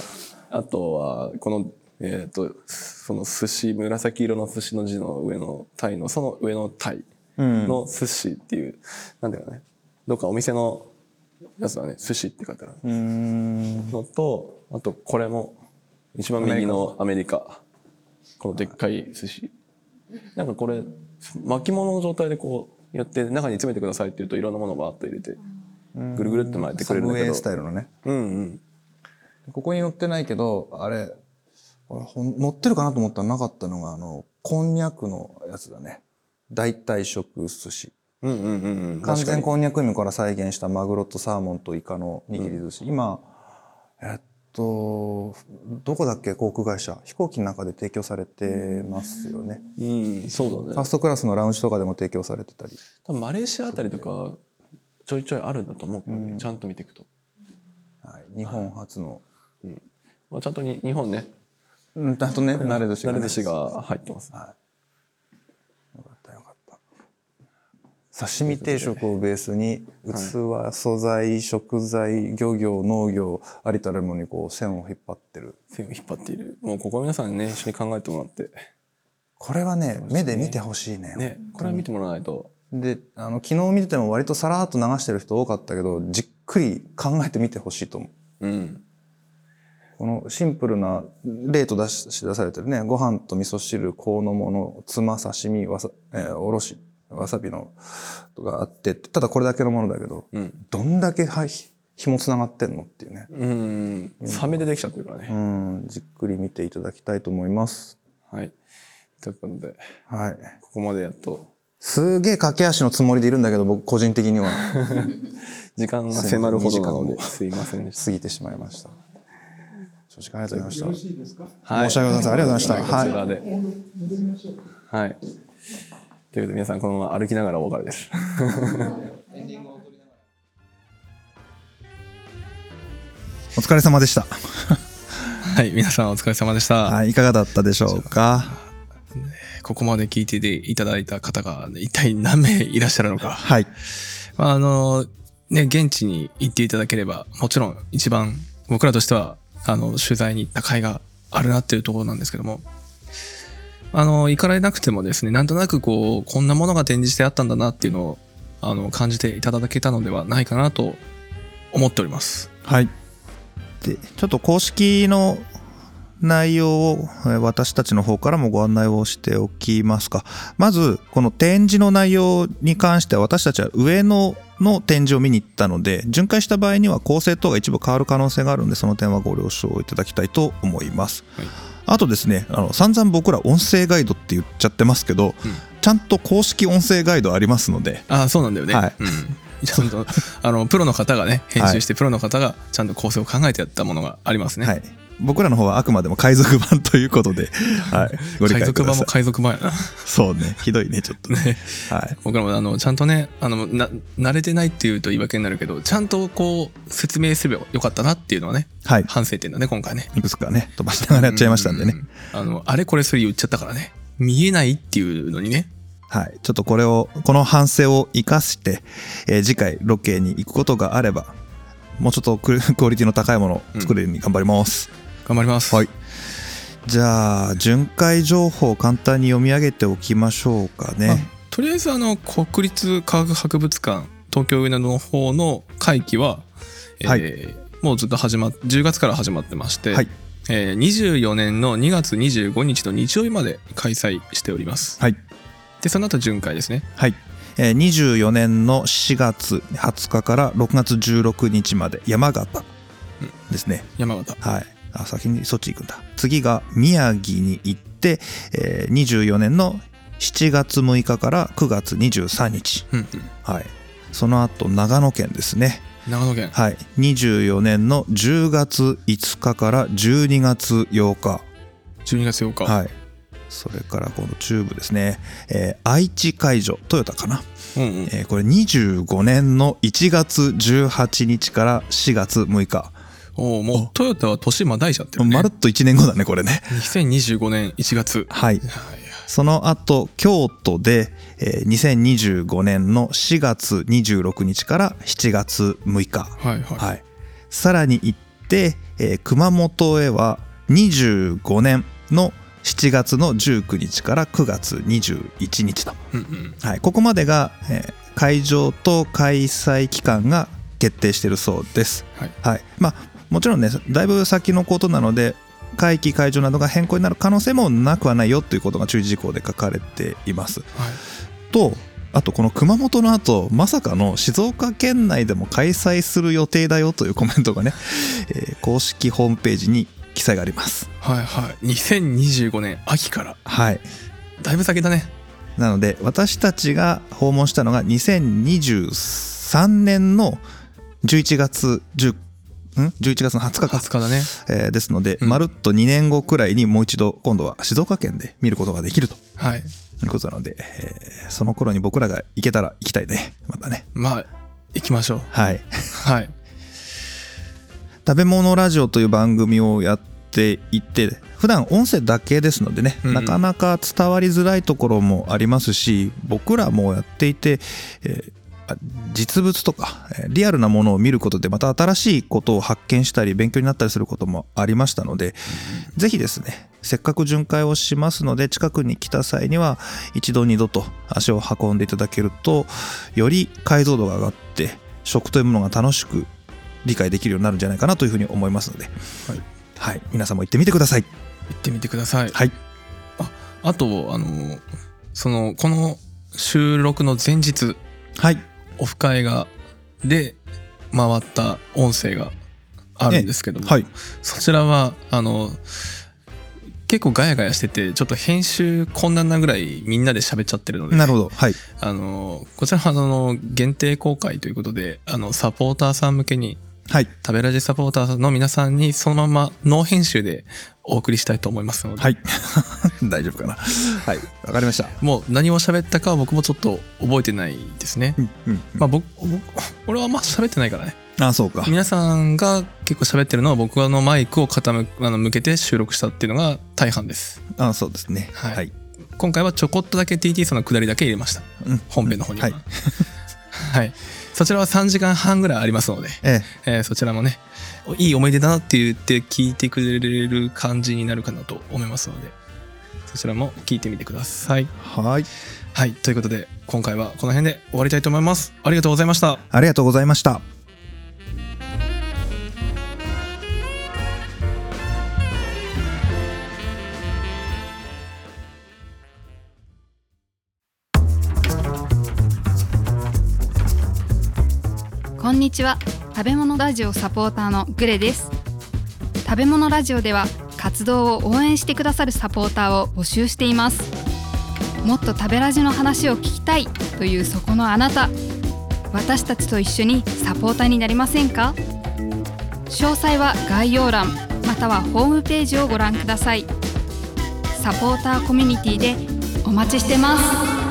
あとはこのえっ、とその寿司紫色の寿司の字の上のタイのその上のタイうん。の寿司っていう、なんだよねどっかお店のやつだね寿司って書いてあるうん。のとあとこれも一番右のアメリカこのでっかい寿司なんかこれ巻物の状態でこうやって中に詰めてくださいって言うといろんなものをバーッと入れてぐるぐるって巻いてくサれるんブウだけェイどスタイルのね。うんうんここに載ってないけど、あれ、ほらほん載ってるかなと思ったらなかったのが、あの、こんにゃくのやつだね。代替食寿司。うんうんうんうん完確か全にこんにゃく芋から再現したマグロとサーモンとイカの握り寿司。今、えっと、どこだっけ航空会社。飛行機の中で提供されてますよね。うんそうフだァねーストクラスのラウンジとかでも提供されてたり。多分マレーシアあたりとかちょいちょいあるんだと思うけどね、ちゃんと見ていくと、はい、日本初の。まあ、ちゃんとに日本ねうん、あとね、慣れ年が、慣ね。れ寿司。が入ってますはい。よかったよかった。刺身定食をベースに、器、素材、食材、漁業、農業、ありとあらゆるものにこう線を引っ張ってる。線を引っ張っているもうここは皆さんね一緒に考えてもらってこれはね、目で見てほしいね。ねこれは見てもらわないとで、あの、昨日見てても割とさらっと流してる人多かったけど、じっくり考えてみてほしいと思う。うんこのシンプルな例と出し出されてるねご飯と味噌汁香の物つま刺身わさ、えーおろしわさびのとかあってただこれだけのものだけど、うんどんだけはいひ紐つながってんのっていうねうんサメでできちゃってるからうね、んじっくり見ていただきたいと思いますはいということではいここまでやっとすげえ駆け足のつもりでいるんだけど僕個人的には時間がすいません迫るほどな二時の間でもすいませんでした過ぎてしまいました正直ありがとうございましたはい申し訳ございませんありがとうございましたこちらではいということで皆さんこのまま歩きながらお別れですお疲れ様でした、はい、皆さんお疲れ様でした。はい、いかがだったでしょうかここまで聞いていただいた方が一体何名いらっしゃるのか。 [LAUGHS] はいまあ、あの、ね、現地に行っていただければ、もちろん一番僕らとしては、あの、取材に行った甲斐があるなっていうところなんですけども、あの、行かれなくてもですね、なんとなくこう、こんなものが展示してあったんだなっていうのを、あの、感じていただけたのではないかなと思っております。はい。で、ちょっと公式の内容をえー私たちの方からもご案内をしておきますか。まず、この展示の内容に関しては私たちは上野の展示を見に行ったので巡回した場合には構成等が一部変わる可能性があるのでその点はご了承いただきたいと思います、はいあとですねあの散々僕ら音声ガイドって言っちゃってますけど、うんちゃんと公式音声ガイドありますのでああそうなんだよね、はいうんちゃんとあのプロの方がね編集してプロの方がちゃんと構成を考えてやったものがありますね、はい、僕らの方はあくまでも海賊版ということ [LAUGHS] で、はい、ご理海解く賊だ版さもい。海賊版やな [LAUGHS] そうね、ひどいね、ちょっとね。ねはい、僕らもあのちゃんとねあのな慣れてないっていうと言い訳になるけどちゃんとこう説明すればよかったなっていうのはねはい、反省点だね今回ねいくつかね、飛ばしながらやっちゃいましたんでね。うんあのあれこれそれ言っちゃったからね見えないっていうのにねはい、ちょっとこれを、この反省を生かして、えー次回ロケに行くことがあれば、もうちょっとククオリティ [LAUGHS] の高いものを作れるように頑張ります。頑張ります、はいじゃあ、巡回情報を簡単に読み上げておきましょうかね。とりあえずあの国立科学博物館東京上野の方の会期は、えーはもうずっと始まっ10月から始まってまして、はいえー24年の2月25日の日曜日まで開催しておりますはい。でその後巡回ですねはい、えー、24年の4月20日から6月16日まで山形ですね、山形はいあ先にそっち行くんだ次が宮城に行って、えー、24年の7月6日から9月23日、うんうんはい、その後長野県ですね、長野県はい、24年の10月5日から12月8日12月8日、はいそれからこの中部ですね、えー愛知会場トヨタかなうんうんえーこれ25年の1月18日から4月6日、おおもうトヨタは年まだいちゃってる、ね、まるっと1年後だねこれね2025年1月はいはいその後京都で、えー2025年の4月26日から7月6日はいはいはい、さらに行って、えー熊本へは25年の7月の19日から9月21日とうんうんはい、ここまでが、えー会場と開催期間が決定しているそうです。はいまあ、もちろんねだいぶ先のことなので会期会場などが変更になる可能性もなくはないよということが注意事項で書かれています。はいとあとこの熊本の後まさかの静岡県内でも開催する予定だよというコメントがね、 [LAUGHS] えー公式ホームページに記載があります。はいはい2025年秋からはい、だいぶ先だねなので私たちが訪問したのが2023年の11月10ん11月の20日か20日だねえーですので、うんまるっと2年後くらいにもう一度今度は静岡県で見ることができるとはいいうことなので、えーその頃に僕らが行けたら行きたいねまたねまあ行きましょうはいはい食べ物ラジオという番組をやっていて普段音声だけですのでね、うんうんなかなか伝わりづらいところもありますし僕らもやっていて、えーあ実物とかえーリアルなものを見ることでまた新しいことを発見したり勉強になったりすることもありましたので、ぜひですねせっかく巡回をしますので近くに来た際には一度二度と足を運んでいただけるとより解像度が上がって食というものが楽しく理解できるようになるんじゃないかなというふうに思いますので、はい皆さんも行ってみてください。行ってみてくださいはいあとあのそのこの収録の前日はい、オフ会がで回った音声があるんですけども、はい、そちらはあの結構ガヤガヤしててちょっと編集困難なぐらいみんなで喋っちゃってるのでなるほど、はい、あのこちらはあの限定公開ということであのサポーターさん向けにはい、食べラジサポーターの皆さんにそのままノー編集でお送りしたいと思いますので、はい、 [LAUGHS] 大丈夫かな。はい、わかりました。もう何を喋ったかは僕もちょっと覚えてないですね。うん、うん、まあ僕、僕俺はあんま喋ってないからね。あ、そうか。皆さんが結構喋ってるのは僕のマイクを傾くあの向けて収録したっていうのが大半です。あ、そうですね。はいはい、今回はちょこっとだけ TT さんの下りだけ入れました。うん本編の方には。うんはい [LAUGHS] はい。そちらは3時間半ぐらいありますので。ええ、えーそちらもねいい思い出だなって言って聞いてくれる感じになるかなと思いますのでそちらも聞いてみてください。はい、はいということで今回はこの辺で終わりたいと思います。ありがとうございました。ありがとうございました。んにちは食べ物ラジオサポーターのグレです食べ物ラジオでは活動を応援してくださるサポーターを募集していますもっと食べラジの話を聞きたいというそこのあなた私たちと一緒にサポーターになりませんか詳細は概要欄またはホームページをご覧くださいサポーターコミュニティでお待ちしてます